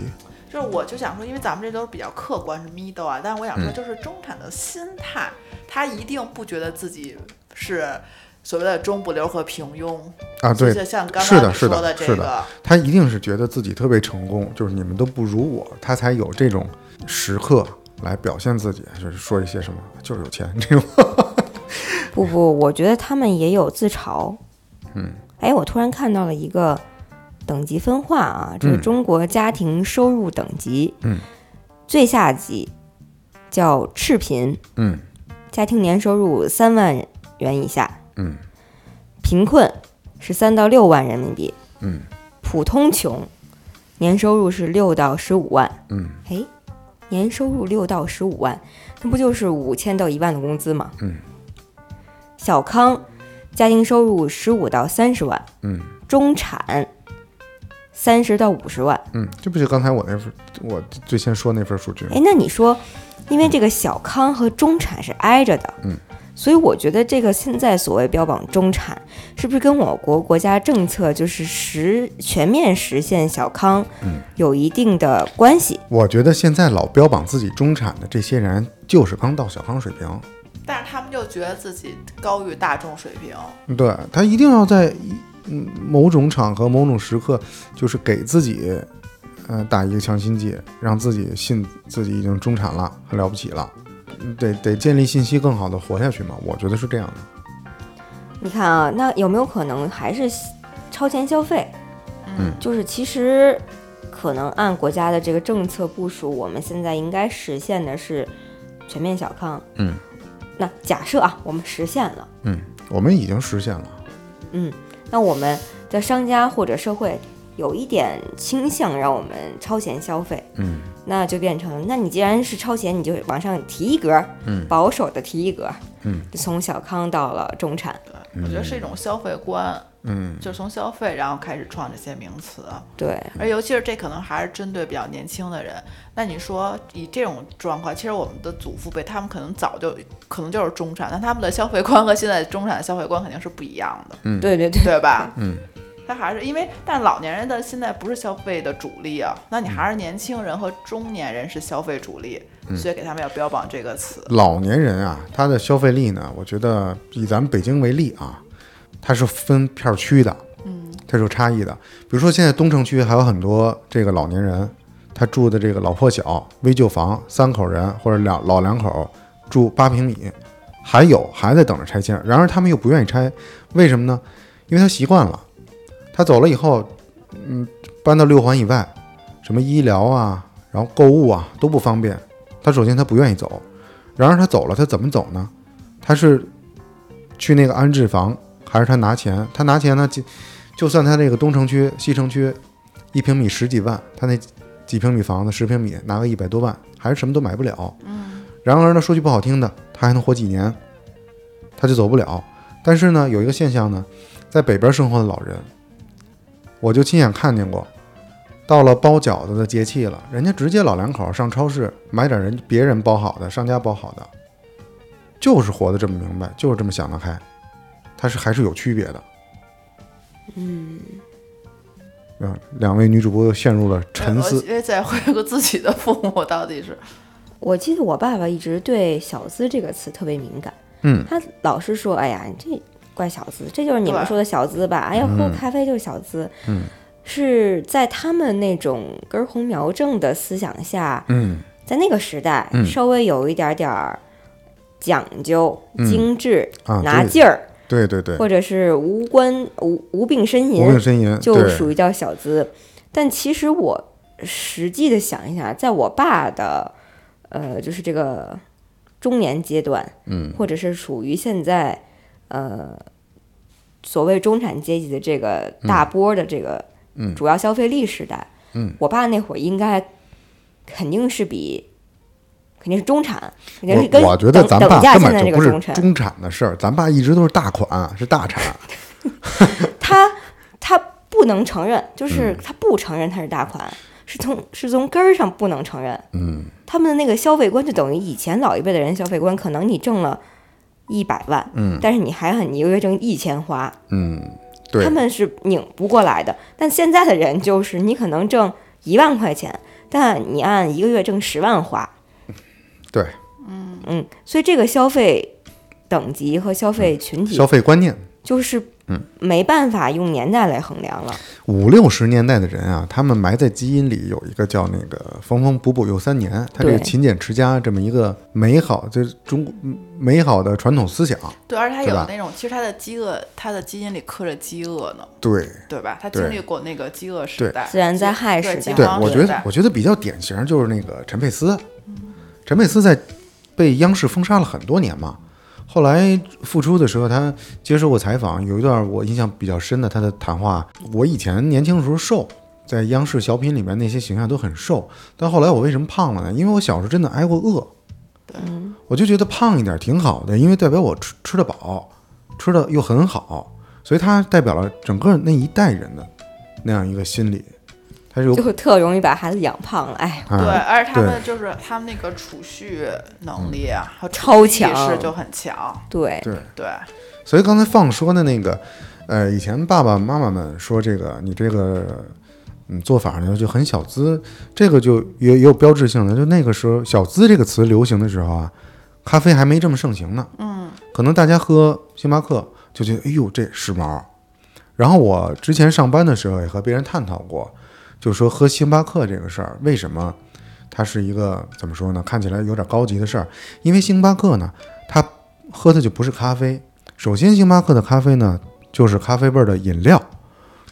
S4: 就是我就想说，因为咱们这都是比较客观是 middle 啊，但是我想说，
S2: 嗯
S4: 就是中产的心态，他一定不觉得自己是所谓的中不溜儿和平庸
S2: 啊对
S4: 就像刚
S2: 是
S4: 刚
S2: 的
S4: 你
S2: 是
S4: 说
S2: 的
S4: 这
S2: 是的
S4: 个，
S2: 他一定是觉得自己特别成功，就是你们都不如我，他才有这种时刻来表现自己，就是说一些什么就是有钱这种。
S3: 不不，我觉得他们也有自嘲。
S2: 嗯，
S3: 哎，我突然看到了一个等级分化啊，这是
S2: 嗯
S3: 中国家庭收入等级。
S2: 嗯，
S3: 最下级叫赤贫，
S2: 嗯
S3: 家庭年收入三万元以下，
S2: 嗯
S3: 贫困是三到六万人民币，
S2: 嗯
S3: 普通穷年收入是六到十五万。
S2: 嗯
S3: 哎，年收入六到十五万，那不就是五千到一万的工资吗？
S2: 嗯
S3: 小康家庭收入十五到三十万，
S2: 嗯
S3: 中产三十到五十万。
S2: 嗯，这不就刚才我那份我最先说那份数据吗？
S3: 哎，那你说，因为这个小康和中产是挨着的，
S2: 嗯，
S3: 所以我觉得这个现在所谓标榜中产，是不是跟我国国家政策就是实全面实现小康，
S2: 嗯，
S3: 有一定的关系？
S2: 我觉得现在老标榜自己中产的这些人，就是刚到小康水平。
S4: 但是他们就觉得自己高于大众水平。
S2: 对他一定要在嗯某种场合、某种时刻，就是给自己呃打一个强心剂，让自己信自己已经中产了，很了不起了，嗯得得建立信息更好的活下去嘛。我觉得是这样的。
S3: 你看啊，那有没有可能还是超前消费？
S2: 嗯，
S3: 就是其实可能按国家的这个政策部署，我们现在应该实现的是全面小康。
S2: 嗯，
S3: 那假设啊，我们实现了，
S2: 嗯，我们已经实现了。
S3: 那我们的商家或者社会有一点倾向让我们超前消费，
S2: 嗯
S3: 那就变成，那你既然是超前，你就往上提一格，
S2: 嗯
S3: 保守的提一格，
S2: 嗯，
S3: 就从小康到了中产，
S4: 对，我觉得是一种消费观，
S2: 嗯
S4: 就是从消费然后开始创这些名词，啊
S3: 对，
S4: 而尤其是这可能还是针对比较年轻的人。那你说以这种状况，其实我们的祖父辈他们可能早就可能就是中产，但他们的消费观和现在中产的消费观肯定是不一样的，
S3: 对对对，
S4: 对吧？
S2: 嗯，
S4: 他还是因为，但老年人的现在不是消费的主力啊，那你
S2: 嗯
S4: 还是年轻人和中年人是消费主力，所以给他们要标榜这个词。
S2: 老年人啊，他的消费力呢，我觉得以咱们北京为例啊，它是分片儿区的，嗯，它是有差异的。比如说现在东城区还有很多这个老年人，他住的这个老破小危旧房，三口人或者两老两口住八平米，还有还在等着拆迁，然而他们又不愿意拆，为什么呢？因为他习惯了，他走了以后，嗯，搬到六环以外，什么医疗啊，然后购物啊都不方便。他首先他不愿意走，然而他走了，他怎么走呢？他是去那个安置房，还是他拿钱？他拿钱呢？就就算他那个东城区、西城区一平米十几万，他那几平米房子十平米拿个一百多万，还是什么都买不了。嗯。然而呢，说句不好听的，他还能活几年？他就走不了。但是呢，有一个现象呢，在北边生活的老人，我就亲眼看见过。到了包饺子的节气了，人家直接老两口上超市买点人别人包好的、商家包好的，就是活得这么明白，就是这么想得开，它是还是有区别的。嗯，嗯，两位女主播又陷入了沉
S4: 我
S2: 思。
S4: 因为在回顾自己的父母到底是，
S3: 我记得我爸爸一直对“小资”这个词特别敏感，
S2: 嗯，
S3: 他老是说：“哎呀，你这怪小资，这就是你们
S4: 对
S3: 说的小资吧？哎呀，喝
S2: 嗯
S3: 咖啡就是小资。”
S2: 嗯，
S3: 是在他们那种根红苗正的思想下，
S2: 嗯
S3: 在那个时代
S2: 嗯
S3: 稍微有一点点儿讲究、
S2: 嗯
S3: 精致、
S2: 啊，
S3: 拿
S2: 对
S3: 劲儿，
S2: 对对对，
S3: 或者是无关无无病呻
S2: 无病
S3: 吟，
S2: 呻吟，
S3: 就
S2: 对
S3: 属于叫小资。但其实我实际的想一下，在我爸的呃，就是这个中年阶段，
S2: 嗯
S3: 或者是属于现在呃所谓中产阶级的这个大波的这个
S2: 嗯
S3: 主要消费力时代，
S2: 嗯
S3: 我爸那会儿应该肯定是比肯定是中产，肯定是跟
S2: 我我觉得
S3: 等
S2: 咱
S3: 等
S2: 爸
S3: 价
S2: 根
S3: 现在
S2: 本
S3: 这
S2: 就
S3: 个
S2: 不是
S3: 中产，
S2: 中产的事儿，咱爸一直都是大款，是大产。
S3: 他他不能承认，
S2: 嗯
S3: 就是他不承认他是大款，是从是从根儿上不能承认。
S2: 嗯
S3: 他们的那个消费观就等于以前老一辈的人消费观，可能你挣了一百万，
S2: 嗯
S3: 但是你还很一个月挣一千花，
S2: 嗯，对
S3: 他，们是拧不过来的。但现在的人就是，你可能挣一万块钱，但你按一个月挣十万花，
S2: 对，
S3: 嗯，所以这个消费等级和消费群体
S2: 嗯消嗯费观念。
S3: 就是没办法用年代来衡量了。
S2: 五六十年代的人啊，他们埋在基因里有一个叫那个“缝缝补补又三年”，他这个
S3: 对
S2: 勤俭持家这么一个美好，就是中国嗯美好的传统思想。
S4: 对，而且他
S2: 对
S4: 有
S2: 吧
S4: 那种，其实他的饥饿，他的基因里刻着饥饿呢，
S2: 对，
S4: 对吧？他
S2: 对
S4: 经历过那个饥饿时
S2: 对
S4: 代，
S3: 自然灾害
S4: 对
S3: 时
S4: 饥
S3: 代
S2: 对
S4: 荒
S2: 我
S4: 时
S2: 觉得
S4: 代
S2: 我觉得比较典型就是那个陈佩斯，陈佩斯在被央视封杀了很多年嘛，后来复出的时候，他接受过采访，有一段我印象比较深的他的谈话。我以前年轻的时候瘦，在央视小品里面那些形象都很瘦，但后来我为什么胖了呢？因为我小时候真的挨过饿，
S3: 嗯
S2: 我就觉得胖一点挺好的，因为代表我吃吃得饱，吃的又很好，所以它代表了整个那一代人的那样一个心理。它是有
S3: 就特容易把孩子养胖了，哎，
S2: 啊
S4: 对，而且他
S2: 对嗯
S4: 们就是他们那个储蓄能力啊，还有
S3: 超
S4: 储蓄意识
S3: 强
S4: 就很强，
S3: 对，
S2: 对，
S4: 对，
S2: 所以刚才放说的那个，呃，以前爸爸妈妈们说这个你这个嗯做法呢就很小资，这个就也也有标志性的，就那个时候“小资”这个词流行的时候啊，咖啡还没这么盛行呢。嗯，可能大家喝星巴克就觉得哎呦这时髦。然后我之前上班的时候也和别人探讨过，就说喝星巴克这个事儿为什么。它是一个怎么说呢？看起来有点高级的事儿，因为星巴克呢，它喝的就不是咖啡，首先，星巴克的咖啡呢，就是咖啡味儿的饮料。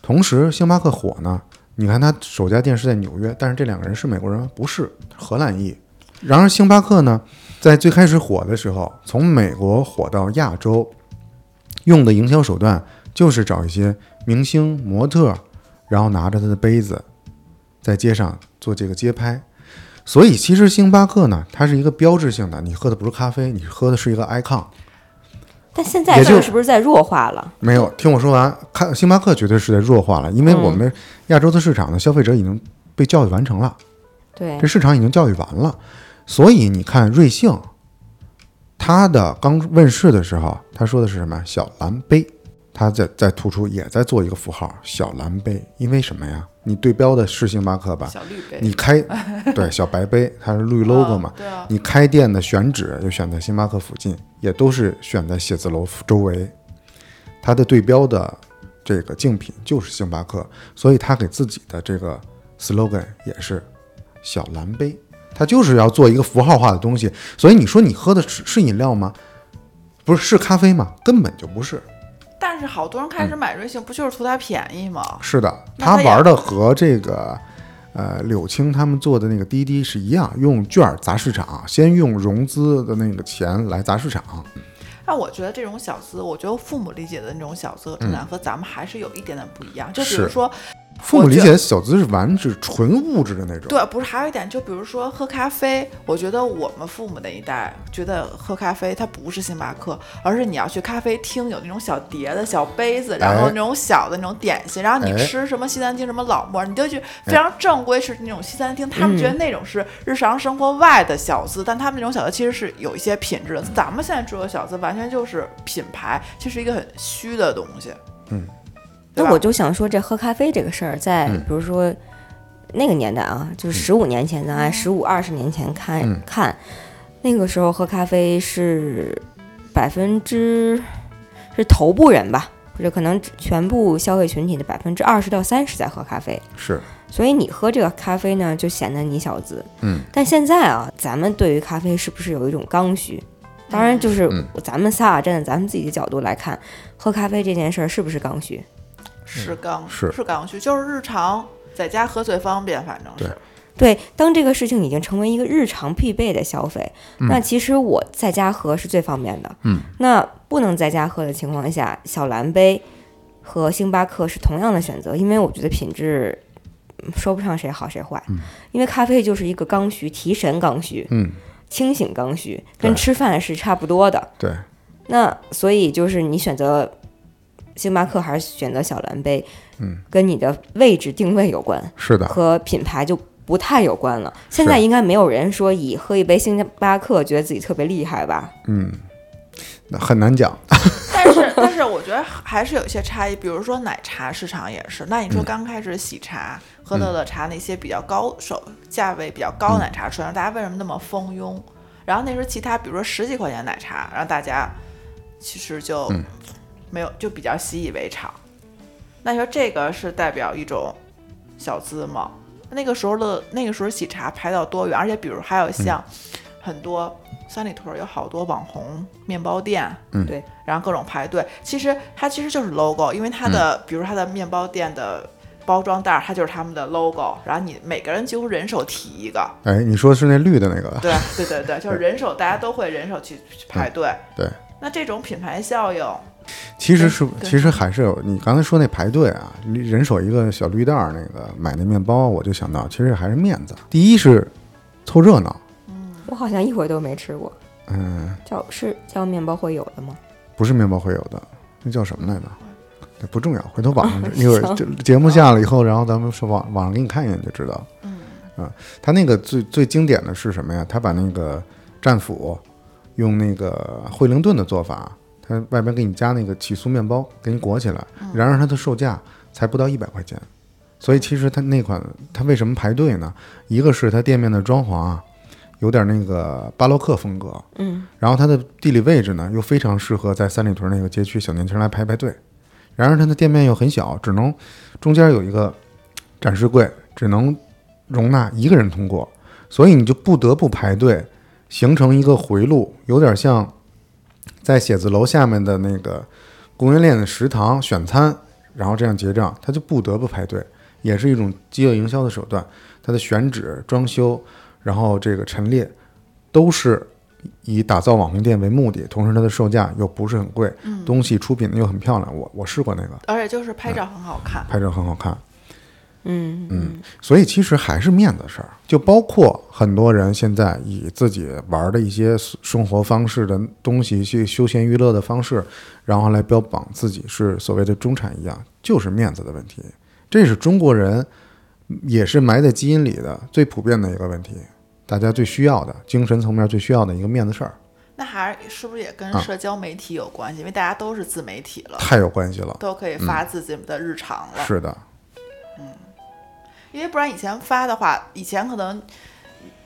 S2: 同时，星巴克火呢，你看它首家店是在纽约，但是这两个人是美国人吗，不是荷兰裔。然而，星巴克呢，在最开始火的时候，从美国火到亚洲，用的营销手段就是找一些明星模特，然后拿着他的杯子，在街上做这个街拍。所以，其实星巴克呢，它是一个标志性的，你喝的不是咖啡，你喝的是一个 icon。
S3: 但现在
S2: 也
S3: 这个
S2: 就是
S3: 不是在弱化了？
S2: 没有，听我说完，看星巴克绝对是在弱化了，因
S4: 嗯
S2: 为我们亚洲的市场的消费者已经被教育完成了，
S3: 对
S2: 这，市场已经教育完了，所以你看瑞幸，它的刚问世的时候，它说的是什么？小蓝杯，它在在突出，也在做一个符号，小蓝杯，因为什么呀？你对标的是星巴克吧？
S4: 小绿杯，
S2: 你开 对小白杯，它是绿 logo 嘛
S4: 啊？对啊，
S2: 你开店的选址就选在星巴克附近，也都是选在写字楼周围。它的对标的这个竞品就是星巴克，所以它给自己的这个 slogan 也是小蓝杯，它就是要做一个符号化的东西。所以你说你喝的是 是饮料吗？不是，是咖啡吗？根本就不是。
S4: 但是好多人
S2: 嗯
S4: 开始买瑞幸，不就是图它便宜吗？
S2: 是的，
S4: 那
S2: 他
S4: 它也
S2: 玩的和这个呃柳青他们做的那个滴滴是一样，用券儿砸市场，先用融资的那个钱来砸市场。
S4: 但我觉得这种小资，我觉得父母理解的那种小资和正常和咱们还是有一点点不一样。就比
S2: 嗯
S4: 如
S2: 是
S4: 说，
S2: 父母
S4: 我觉
S2: 理解的小资是完是纯物质的那种，
S4: 对，不是还有一点，就比如说喝咖啡，我觉得我们父母那一代觉得喝咖啡它不是星巴克，而是你要去咖啡厅有那种小碟子、小杯子，然后
S2: 哎
S4: 那种小的那种点心，然后你
S2: 哎
S4: 吃什么西餐厅什么老馍，你就去非常正规吃那种西餐厅，他们觉
S2: 嗯
S4: 得那种是日常生活外的小资，但他们那种小资其实是有一些品质的。咱们现在追求小资，完全就是品牌，这是一个很虚的东西。对
S3: 那
S4: 吧
S3: 我就想说，这喝咖啡这个事儿，在
S2: 嗯
S3: 比如说那个年代啊，就是十五年前，咱按十五二十年前看、
S2: 嗯
S3: 看，那个时候喝咖啡是百分之是头部人吧，就可能全部消费群体的百分之二十到三十在喝咖啡，
S2: 是
S3: 所以你喝这个咖啡呢，就显得你小资。
S2: 嗯，
S3: 但现在啊，咱们对于咖啡是不是有一种刚需？当然，就是
S2: 嗯
S3: 咱们仨啊站在咱们自己的角度来看，喝咖啡这件事儿是不是刚需？
S4: 是刚
S2: 是
S4: 是刚需，就是日常在家喝最方便，反正
S2: 对
S4: 是
S3: 对，当这个事情已经成为一个日常必备的消费，那其实我在家喝是最方便的。
S2: 嗯，
S3: 那不能在家喝的情况下，小蓝杯和星巴克是同样的选择，因为我觉得品质嗯说不上谁好谁坏，因为咖啡就是一个刚需，提神刚需、
S2: 嗯
S3: 清醒刚需，跟
S2: 对
S3: 吃饭是差不多的。
S2: 对
S3: 那所以就是你选择星巴克还是选择小蓝杯，
S2: 嗯，
S3: 跟你的位置定位有关。
S2: 是的，
S3: 和品牌就不太有关了。现在应该没有人说以喝一杯星巴克觉得自己特别厉害吧？
S2: 嗯，那很难讲。
S4: 但是但是我觉得还是有一些差异，比如说奶茶市场也是。那你说刚开始喜茶、喝乐乐茶那些比较高手、价位比较高的奶茶出来，大家为什么那么蜂拥？然后那时候其他比如说十几块钱奶茶，然后大家其实就没有就比较习以为常。那你说这个是代表一种小资吗？那个时候乐那个时候喜茶排到多远？而且比如还有像很多三里屯儿有好多网红面包店，
S3: 对，
S4: 然后各种排队。其实它其实就是 logo，因为它的、
S2: 嗯
S4: 比如它的面包店的包装袋儿，它就是他们的 logo。然后你每个人几乎人手提一个，
S2: 哎，你说的是那绿的那个？
S4: 对 对对对，就是人手，大家都会人手去去排队。
S2: 对，
S4: 那这种品牌效应，
S2: 其实是
S4: 对
S2: 其实还是有你刚才说那排队啊，人手一个小绿袋儿那个买那面包，我就想到其实还是面子。第一是凑热闹，
S3: 我好像一回都没吃过，
S2: 嗯，
S3: 叫是叫面包会有的吗？
S2: 不是面包会有的，那叫什么来着？那不重要，回头网上一会儿这节目下了以后，然后咱们说网网上给你看一眼就知道了。嗯，他那个最最经典的是什么呀？他把那个战斧用那个惠灵顿的做法，他外边给你加那个起酥面包，给你裹起来，然而它的售价才不到一百块钱。所以其实它那款它为什么排队呢？一个是它店面的装潢啊，有点那个巴洛克风格，
S3: 嗯，
S2: 然后它的地理位置呢，又非常适合在三里屯那个街区小年轻来排排队。然而它的店面又很小，只能中间有一个展示柜，只能容纳一个人通过，所以你就不得不排队，形成一个回路，有点像在写字楼下面的那个供应链的食堂选餐，然后这样结账，他就不得不排队，也是一种饥饿营销的手段。它的选址、装修，然后这个陈列，都是以打造网红店为目的，同时它的售价又不是很贵，东西出品又很漂亮。我我试过那个，
S4: 而且就是拍照很好看。
S2: 拍照很好看。
S3: 嗯嗯，
S2: 所以其实还是面子事儿，就包括很多人现在以自己玩的一些生活方式的东西去休闲娱乐的方式，然后来标榜自己是所谓的中产一样，就是面子的问题。这是中国人也是埋在基因里的最普遍的一个问题，大家最需要的精神层面最需要的一个面子事儿，
S4: 那还是是不是也跟
S2: 啊
S4: 社交媒体有关系？因为大家都是自媒体了，
S2: 太有关系了。
S4: 都可以发自己的日常了。
S2: 是的，
S4: 因为不然以前发的话，以前可能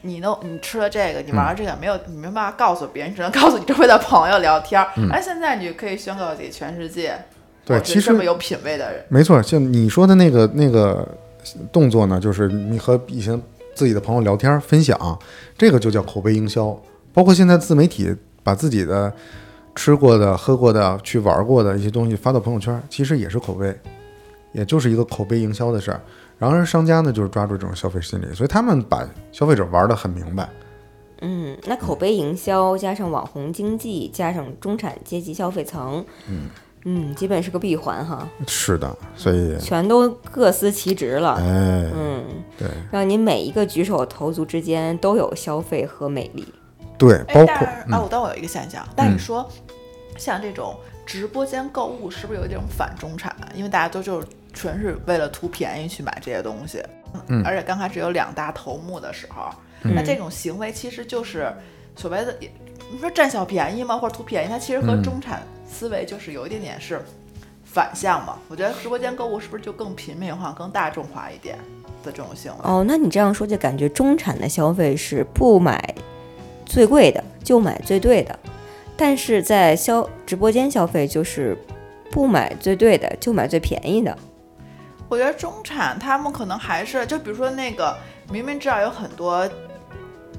S4: 你弄你吃了这个，你玩了这个，没有你没办法告诉别人，只能告诉你周围的朋友聊天儿。而现在你就可以宣告给全世界，
S2: 嗯对
S4: 我是
S2: 其实
S4: 这么有品位的人，
S2: 没错，像你说的那个那个动作呢，就是你和以前自己的朋友聊天儿分享，这个就叫口碑营销。包括现在自媒体把自己的吃过的、喝过的、去玩过的一些东西发到朋友圈儿，其实也是口碑，也就是一个口碑营销的事儿。然而，商家呢就是抓住这种消费心理，所以他们把消费者玩得很明白。
S3: 嗯，那口碑营销加上网红经济加上中产阶级消费层，嗯基本是个闭环哈，
S2: 是的，所以，
S3: 全都各司其职了。
S2: 哎，
S3: 嗯，
S2: 对
S3: 让你每一个举手投足之间都有消费和美丽。
S2: 对，
S4: 哎，
S2: 包
S4: 但
S2: 括嗯
S4: 是啊，我但我有一个现象，但你说、像这种直播间购物是不是有一种反中产？啊因为大家都就是纯是为了图便宜去买这些东西，嗯，而且刚开始有两大头目的时候，
S2: 嗯
S4: 那这种行为其实就是所谓的也
S2: 嗯
S4: 你说占小便宜吗，或者图便宜？它其实和中产思维就是有一点点是。反向嘛。我觉得直播间购物是不是就更平民化、更大众化一点的这种行为？
S3: 哦，那你这样说就感觉中产的消费是不买最贵的，就买最对的；但是在消直播间消费就是不买最对的，就买最便宜的。
S4: 我觉得中产他们可能还是就比如说那个，明明知道有很多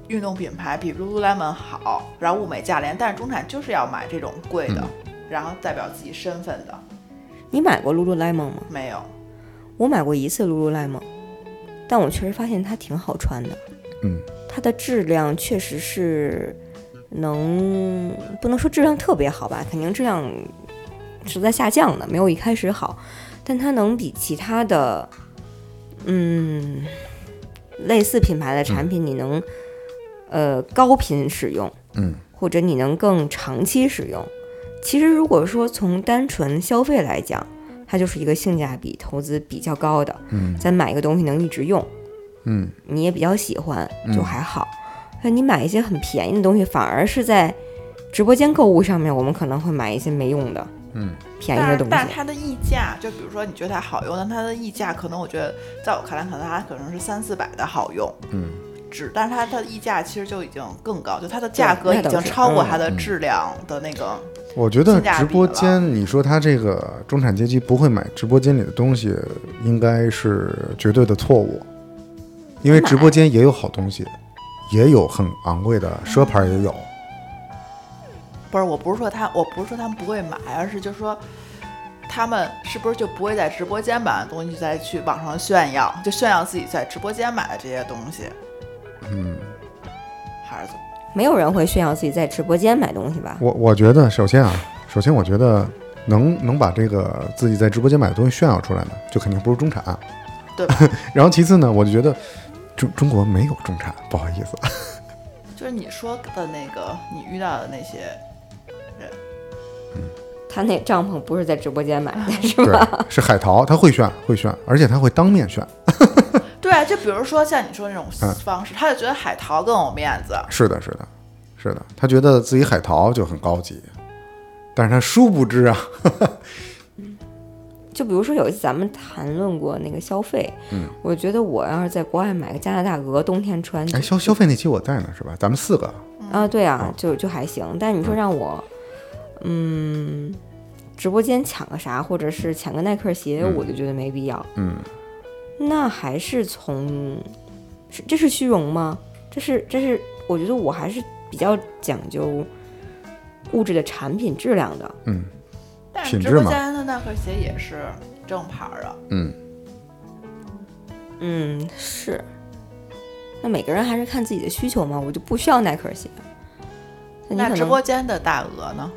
S4: 运动品牌比 Lululemon 好，然后物美价廉，但是中产就是要买这种贵的，
S3: 嗯
S4: 然后代表自己身份的。
S3: 你买过 Lululemon 吗？
S4: 没有，
S3: 我买过一次 Lululemon，但我确实发现它挺好穿的。
S2: 嗯，
S3: 它的质量确实是能不能说质量特别好吧？肯定质量是在下降的，没有一开始好，但它能比其他的嗯类似品牌的产品，你能、呃高频使用，
S2: 嗯，
S3: 或者你能更长期使用。其实如果说从单纯消费来讲，它就是一个性价比投资比较高的，
S2: 嗯
S3: 咱买一个东西能一直用。
S2: 嗯
S3: 你也比较喜欢，就还好。但你买一些很便宜的东西，反而是在直播间购物上面，我们可能会买一些没用的、
S2: 嗯
S3: 便宜
S4: 但
S3: 的
S4: 是
S3: 东
S4: 但是
S3: 西。
S4: 它的溢价，就比如说你觉得它好用，但它的溢价可能我觉得在我看来，可能它可能是三四百的好用，
S2: 嗯，
S4: 只但是它的溢价其实就已经更高，就它的价格
S3: 那
S4: 已
S3: 倒
S4: 经
S3: 是
S4: 超过
S3: 嗯
S4: 它的质量的那个。
S2: 我觉得
S4: 性价比
S2: 直播间，你说他这个中产阶级不会买直播间里的东西，应该是绝对的错误，因
S4: 啊
S2: 为直播间也有好东西，也有很昂贵的，奢牌也有。
S4: 不是，我不是说他，我不是说他们不会买，而是就是说，他们是不是就不会在直播间买的东西再去网上炫耀，就炫耀自己在直播间买的这些东西，
S2: 嗯，
S4: 还是怎么？
S3: 没有人会炫耀自己在直播间买东西吧？
S2: 我我觉得首先啊，首先我觉得能能把这个自己在直播间买的东西炫耀出来的，就肯定不是中产，啊
S4: 对吧？
S2: 然后其次呢，我就觉得中中国没有中产，不好意思，啊
S4: 就是你说的那个，你遇到的那些，
S3: 他那帐篷不是在直播间买的，是
S2: 对
S3: 吧？，
S2: 是海淘，他会炫会炫，而且他会当面炫，
S4: 对啊，就比如说像你说那种
S2: 嗯
S4: 方式，他就觉得海淘更有面子，
S2: 是的，是的，是的，他觉得自己海淘就很高级，但是他殊不知啊，
S3: 就比如说有一次咱们谈论过那个消费，嗯，我觉得我要是在国外买个加拿大鹅，冬天穿，
S2: 哎，消消费那期我在呢，是吧？咱们四个，
S3: 啊，对啊，就就还行。但你说让我，嗯，直播间抢个啥，或者是抢个耐克鞋，我就觉得没必要。
S2: 嗯，
S3: 那还是从，是这是虚荣吗？这是这是，我觉得我还是比较讲究物质的产品质量的。
S2: 嗯
S4: 但是
S2: 品
S4: 直
S2: 质
S4: 播
S2: 嘛
S4: 间的耐克鞋也是正牌儿的，
S2: 嗯，
S3: 嗯，是。那每个人还是看自己的需求嘛，我就不需要耐克鞋。那你
S4: 那
S3: 可
S4: 直
S3: 能
S4: 播间的大鹅呢？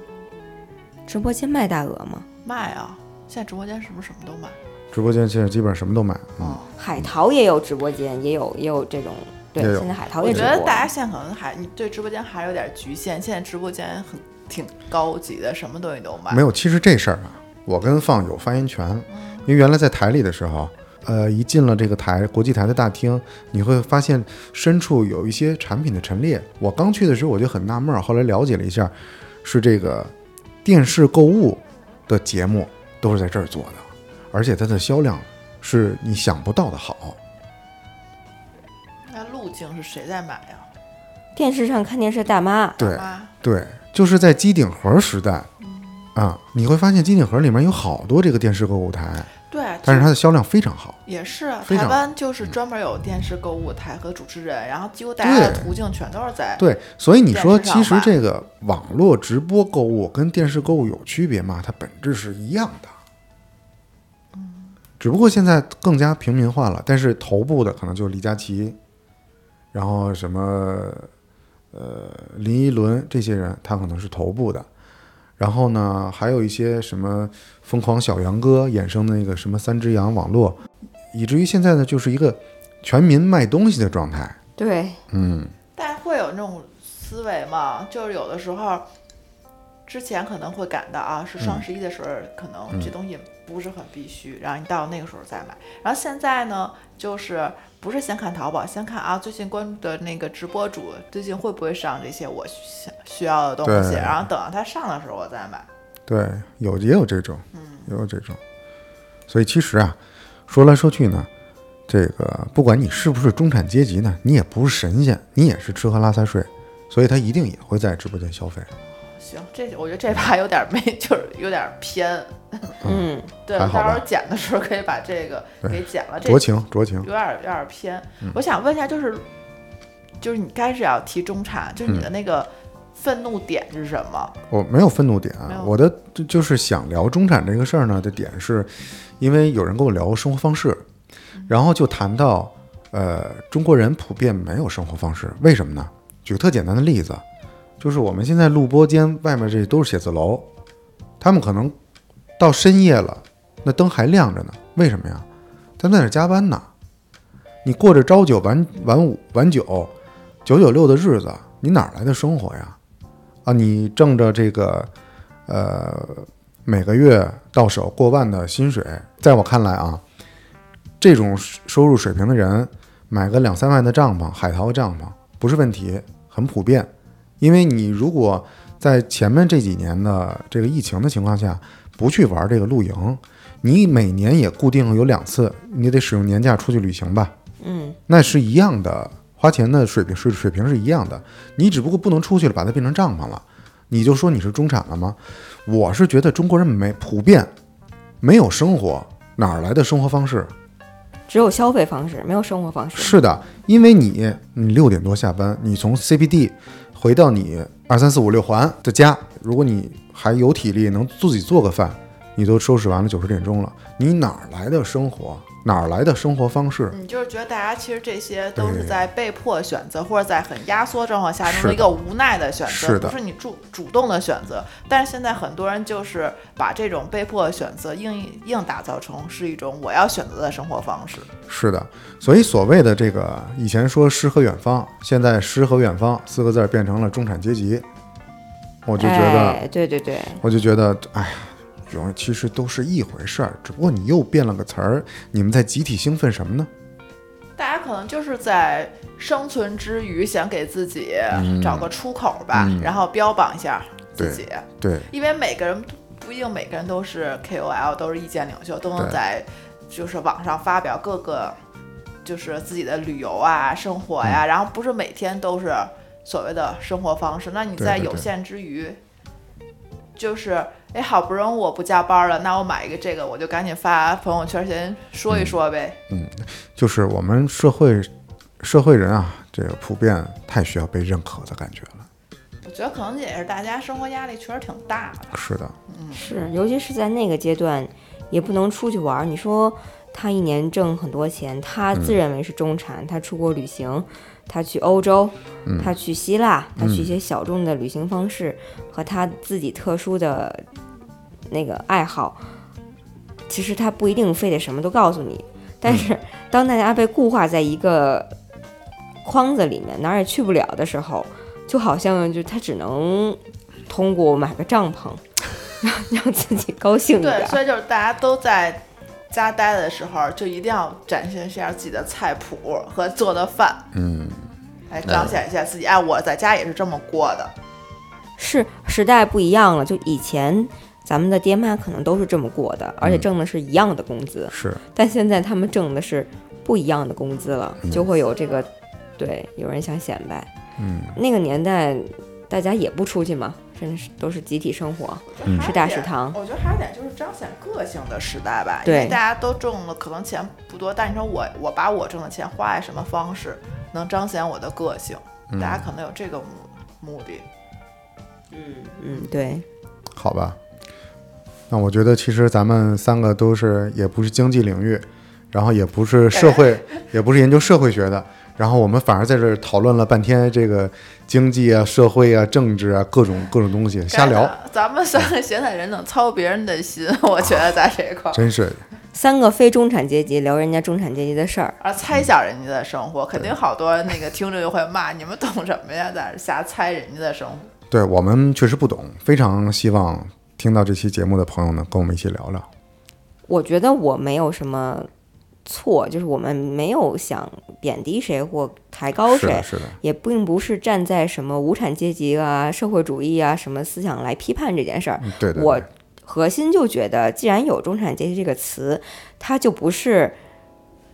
S3: 直播间卖大鹅吗？
S4: 卖啊，现在直播间是不是什么都卖？
S2: 直播间现在基本上什么都买，嗯，
S4: 哦
S3: 海淘也有直播间，也有也有这种，对，
S2: 也有
S3: 现在海淘
S4: 我
S3: 也
S4: 觉
S3: 直
S4: 得
S3: 播。
S4: 大家现在可能还你对直播间还有点局限，现在直播间很挺高级的，什么东西都卖。
S2: 没有，其实这事儿啊，我跟放有发言权，因为原来在台里的时候。呃，一进了这个台国际台的大厅，你会发现深处有一些产品的陈列。我刚去的时候我就很纳闷儿，后来了解了一下，是这个电视购物的节目都是在这儿做的，而且它的销量是你想不到的好。
S4: 那路径是谁在买呀、啊
S3: 电视上看电视的大妈，
S2: 对
S4: 妈，
S2: 对，就是在机顶盒时代啊，你会发现机顶盒里面有好多这个电视购物台，
S4: 对，
S2: 但是
S4: 就
S2: 它的销量非常好。
S4: 也是啊
S2: 非常嗯
S4: 台湾就是专门有电视购物台和主持人，然后几乎大家的
S2: 对
S4: 途径全都是在
S2: 对，所以你
S4: 电
S2: 说，
S4: 视上
S2: 其实
S4: 吧
S2: 这个网络直播购物跟电视购物有区别吗？它本质是一样的，
S4: 嗯
S2: 只不过现在更加平民化了。但是头部的可能就李佳琦，然后什么呃林依轮这些人，他可能是头部的。然后呢，还有一些什么疯狂小羊哥衍生的那个什么三只羊网络，以至于现在呢，就是一个全民卖东西的状态。
S3: 对，
S2: 嗯
S4: 但会有那种思维嘛，就是有的时候之前可能会感到啊，是
S2: 嗯
S4: 双十一的时候，可能这东西不是很必须，然后你到那个时候再买。然后现在呢，就是不是先看淘宝，先看啊最近关注的那个直播主最近会不会上这些我需需要的东西，
S2: 对
S4: 然后等到它上的时候我再买。
S2: 对，有也有这种，也有这种。所以其实啊，说来说去呢，这个不管你是不是中产阶级呢，你也不是神仙，你也是吃喝拉撒睡，所以他一定也会在直播间消费。
S4: 行，这我觉得这趴有点没，就是有点偏。
S3: 嗯，
S4: 对，
S2: 还
S4: 到
S2: 好吧
S4: 时候剪的时候可以把这个给剪了。这
S2: 酌情酌情
S4: 有，点有点偏。
S2: 嗯
S4: 我想问一下，就是就是你开始要提中
S2: 嗯
S4: 产，就是你的那个愤怒点是什么？
S2: 我没有愤怒点啊
S4: 没有，
S2: 我的就就是想聊中产这个事儿呢的点是，因为有人跟我聊生活方式，
S4: 嗯
S2: 然后就谈到，呃，中国人普遍没有生活方式，为什么呢？举个特简单的例子，就是我们现在录播间外面这都是写字楼，他们可能到深夜了，那灯还亮着呢，为什么呀？他们在那儿加班呢。你过着朝九晚晚五晚九九九六的日子，你哪儿来的生活呀？啊，你挣着这个呃每个月到手过万的薪水，在我看来啊，这种收入水平的人买个两三万的帐篷、海淘帐篷不是问题，很普遍。因为你如果在前面这几年的这个疫情的情况下，不去玩这个露营，你每年也固定有两次，你得使用年假出去旅行吧？嗯，那是一样的，花钱的水平是水平是一样的，你只不过不能出去了，把它变成帐篷了，你就说你是中产了吗？我是觉得中国人没普遍没有生活，哪儿来的生活方式？
S3: 只有消费方式，没有生活方式。
S2: 是的，因为你你六点多下班，你从 CBD 回到你二三四五六环的家，如果你还有体力能自己做个饭，你都收拾完了九十点钟了，你哪儿来的生活？哪儿来的生活方式？
S4: 你就是觉得大家其实这些都是在被迫选择，或者在很压缩状况下
S2: 是的
S4: 做一个无奈的选
S2: 是
S4: 择，
S2: 的
S4: 不是你主主动的选择。但是现在很多人就是把这种被迫的选择硬硬打造成是一种我要选择的生活方式。
S2: 是的，所以所谓的这个以前说诗和远方，现在诗和远方四个字儿变成了中产阶级，我就觉得、
S3: 哎，对对对，
S2: 我就觉得，哎呀，有人其实都是一回事儿，只不过你又变了个词儿，你们在集体兴奋什么呢？
S4: 大家可能就是在生存之余，想给自己找个出口吧，然后标榜一下自己，
S2: 嗯对，
S4: 因为每个人不一定每个人都是 KOL，都是意见领袖，都能
S2: 对
S4: 在就是网上发表各个就是自己的旅游啊、生活呀、
S2: 嗯
S4: 然后不是每天都是所谓的生活方式。那你
S2: 对
S4: 在
S2: 对
S4: 有
S2: 对
S4: 限之余，就是哎，好不容易我不加班了，那我买一个这个，我就赶紧发朋友圈先说
S2: 嗯
S4: 一说呗。
S2: 就是我们社会社会人啊，这个普遍太需要被认可的感觉了。
S4: 我觉得可能也是大家生活压力确实挺大的。
S2: 是的，
S3: 是，尤其是在那个阶段，也不能出去玩儿。你说他一年挣很多钱，他自认为是中产，他出国旅行，他去欧洲，他去希腊，他去一些小众的旅行方式、和他自己特殊的那个爱好，其实他不一定非得什么都告诉你。但是当大家被固化在一个框子里面，哪儿也去不了的时候，就好像就他只能通过买个帐篷， 让让自己高兴一点
S4: 对，
S3: 儿。
S4: 所以就是大家都在家待的时候，就一定要展现一下自己的菜谱和做的饭，
S2: 嗯，
S4: 来彰显一下自己。哎，我在家也是这么过的。
S3: 是时代不一样了，就以前咱们的爹妈可能都是这么过的，
S2: 嗯
S3: 而且挣的是一样的工资，
S2: 是
S3: 但现在他们挣的是不一样的工资了，就会有这个，对，有人想显摆。
S2: 嗯，
S3: 那个年代大家也不出去嘛，甚至是都是集体生活。
S4: 嗯
S3: 吃大食堂
S4: 我觉得还有一点就是彰显个性的时代吧，因
S3: 对
S4: 为大家都挣的可能钱不多，但你说我我把我挣的钱花在什么方式，能彰显我的个性，大家可能有这个目目的。
S3: 嗯，对，
S2: 好吧。那我觉得其实咱们三个都是，也不是经济领域，然后也不是社会， 也不是研究社会学的，然后我们反而在这儿讨论了半天这个经济啊、社会啊、政治啊各种各种东西，瞎聊，
S4: 该的，咱们三个闲散人能操别人的心， 我觉得在这一块儿。
S2: 真是
S3: 三个非中产阶级聊人家中产阶级的事儿，
S4: 而猜想人家的生活，肯定好多那个听着就会骂 你们懂什么呀，在这瞎猜人家的生活。
S2: 对我们确实不懂，非常希望听到这期节目的朋友呢，跟我们一起聊聊。
S3: 我觉得我没有什么错，就是我们没有想贬低谁或抬高谁
S2: 是的，，是的，
S3: 也并不是站在什么无产阶级啊、社会主义啊什么思想来批判这件事儿。
S2: 嗯对对对
S3: 我核心就觉得，既然有中产阶级这个词，它就不是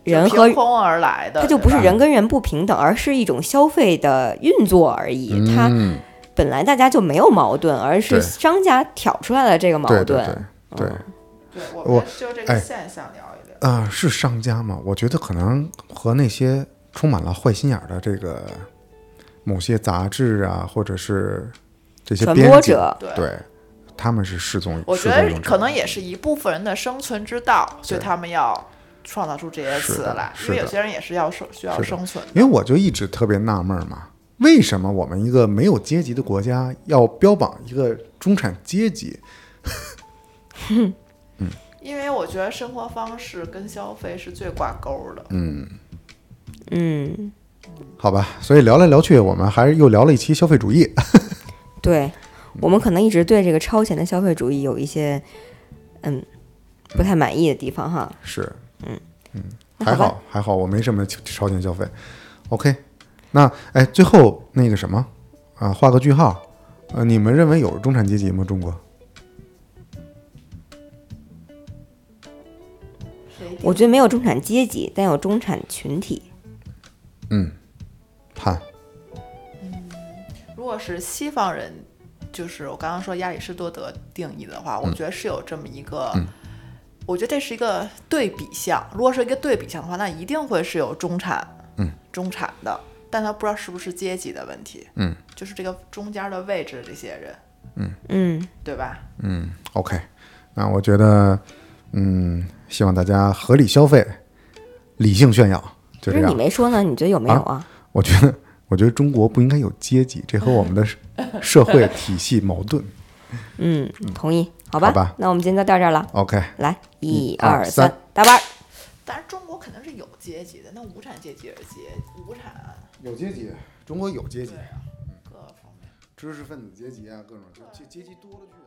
S3: 人和
S4: 凭空而来的，
S3: 它就不是
S4: 对吧
S3: 人跟人不平等，而是一种消费的运作而已。它
S2: 嗯，
S3: 本来大家就没有矛盾，而是
S2: 对
S3: 商家挑出来了这个矛
S2: 对
S3: 盾。嗯
S2: 对对对
S4: 对，
S2: 我
S4: 我们就这个
S2: 哎
S4: 现象聊一聊。
S2: 啊、是商家嘛？我觉得可能和那些充满了坏心眼儿的这个某些杂志啊，或者是这些
S3: 传
S2: 编
S3: 播
S2: 辑
S3: 者，
S4: 对
S2: 对他们是失踪，
S4: 我
S2: 失
S4: 觉
S2: 踪
S4: 得
S2: 用者
S4: 可能也是一部分人的生存之道，所以他们要创造出这些
S2: 是
S4: 词
S2: 的
S4: 来，
S2: 是
S4: 因为有
S2: 的
S4: 些人也是要生需要
S2: 是的
S4: 生存
S2: 因为我就一直特别纳闷儿嘛，为什么我们一个没有阶级的国家要标榜一个中产阶级？
S4: 因为我觉得生活方式跟消费是最挂钩的。
S2: 嗯，
S3: 嗯，
S2: 好吧，所以聊来聊去，我们还是又聊了一期消费主义。嗯
S3: 对，我们可能一直对这个超前的消费主义有一些嗯不太满意的地方哈。
S2: 是，嗯
S3: 那
S2: 还
S3: 好吧
S2: 好还好，我没什么超超前消费。OK，那哎，最后那个什么啊，画个句号。呃，你们认为有中产阶级吗？中国？
S4: 谁定
S3: 我觉得没有中产阶级，但有中产群体。
S2: 嗯，判
S4: 如果是西方人，就是我刚刚说亚里士多德定义的话，我
S2: 嗯
S4: 觉得是有这么一个，我觉得这是一个对比项。如果是一个对比项的话，那一定会是有中产，
S2: 嗯，
S4: 中产的，但他不知道是不是阶级的问题，
S2: 嗯，
S4: 就是这个中间的位置这些人，
S3: 嗯，
S4: 对吧？
S2: 嗯，OK，那我觉得，嗯，希望大家合理消费，理性炫耀，
S3: 不
S2: 就这
S3: 是你
S2: 样。
S3: 没说呢，你觉得有没有啊？
S2: 我觉得，我觉得中国不应该有阶级，这和我们 的社社会体系矛盾。
S3: 嗯，同意，好吧？
S2: 好吧
S3: 那我们今天就到这儿了。
S2: OK，
S3: 来，
S2: 一
S3: 一
S2: 二
S3: 二
S2: 三
S3: 三，打板儿。
S4: 但是中国肯定是有阶级的，那无产阶级是阶无产，
S2: 有阶级，中国有阶
S4: 对
S2: 级，
S4: 啊，各方面。
S2: 知识分子阶级啊，各种阶阶级多了去了。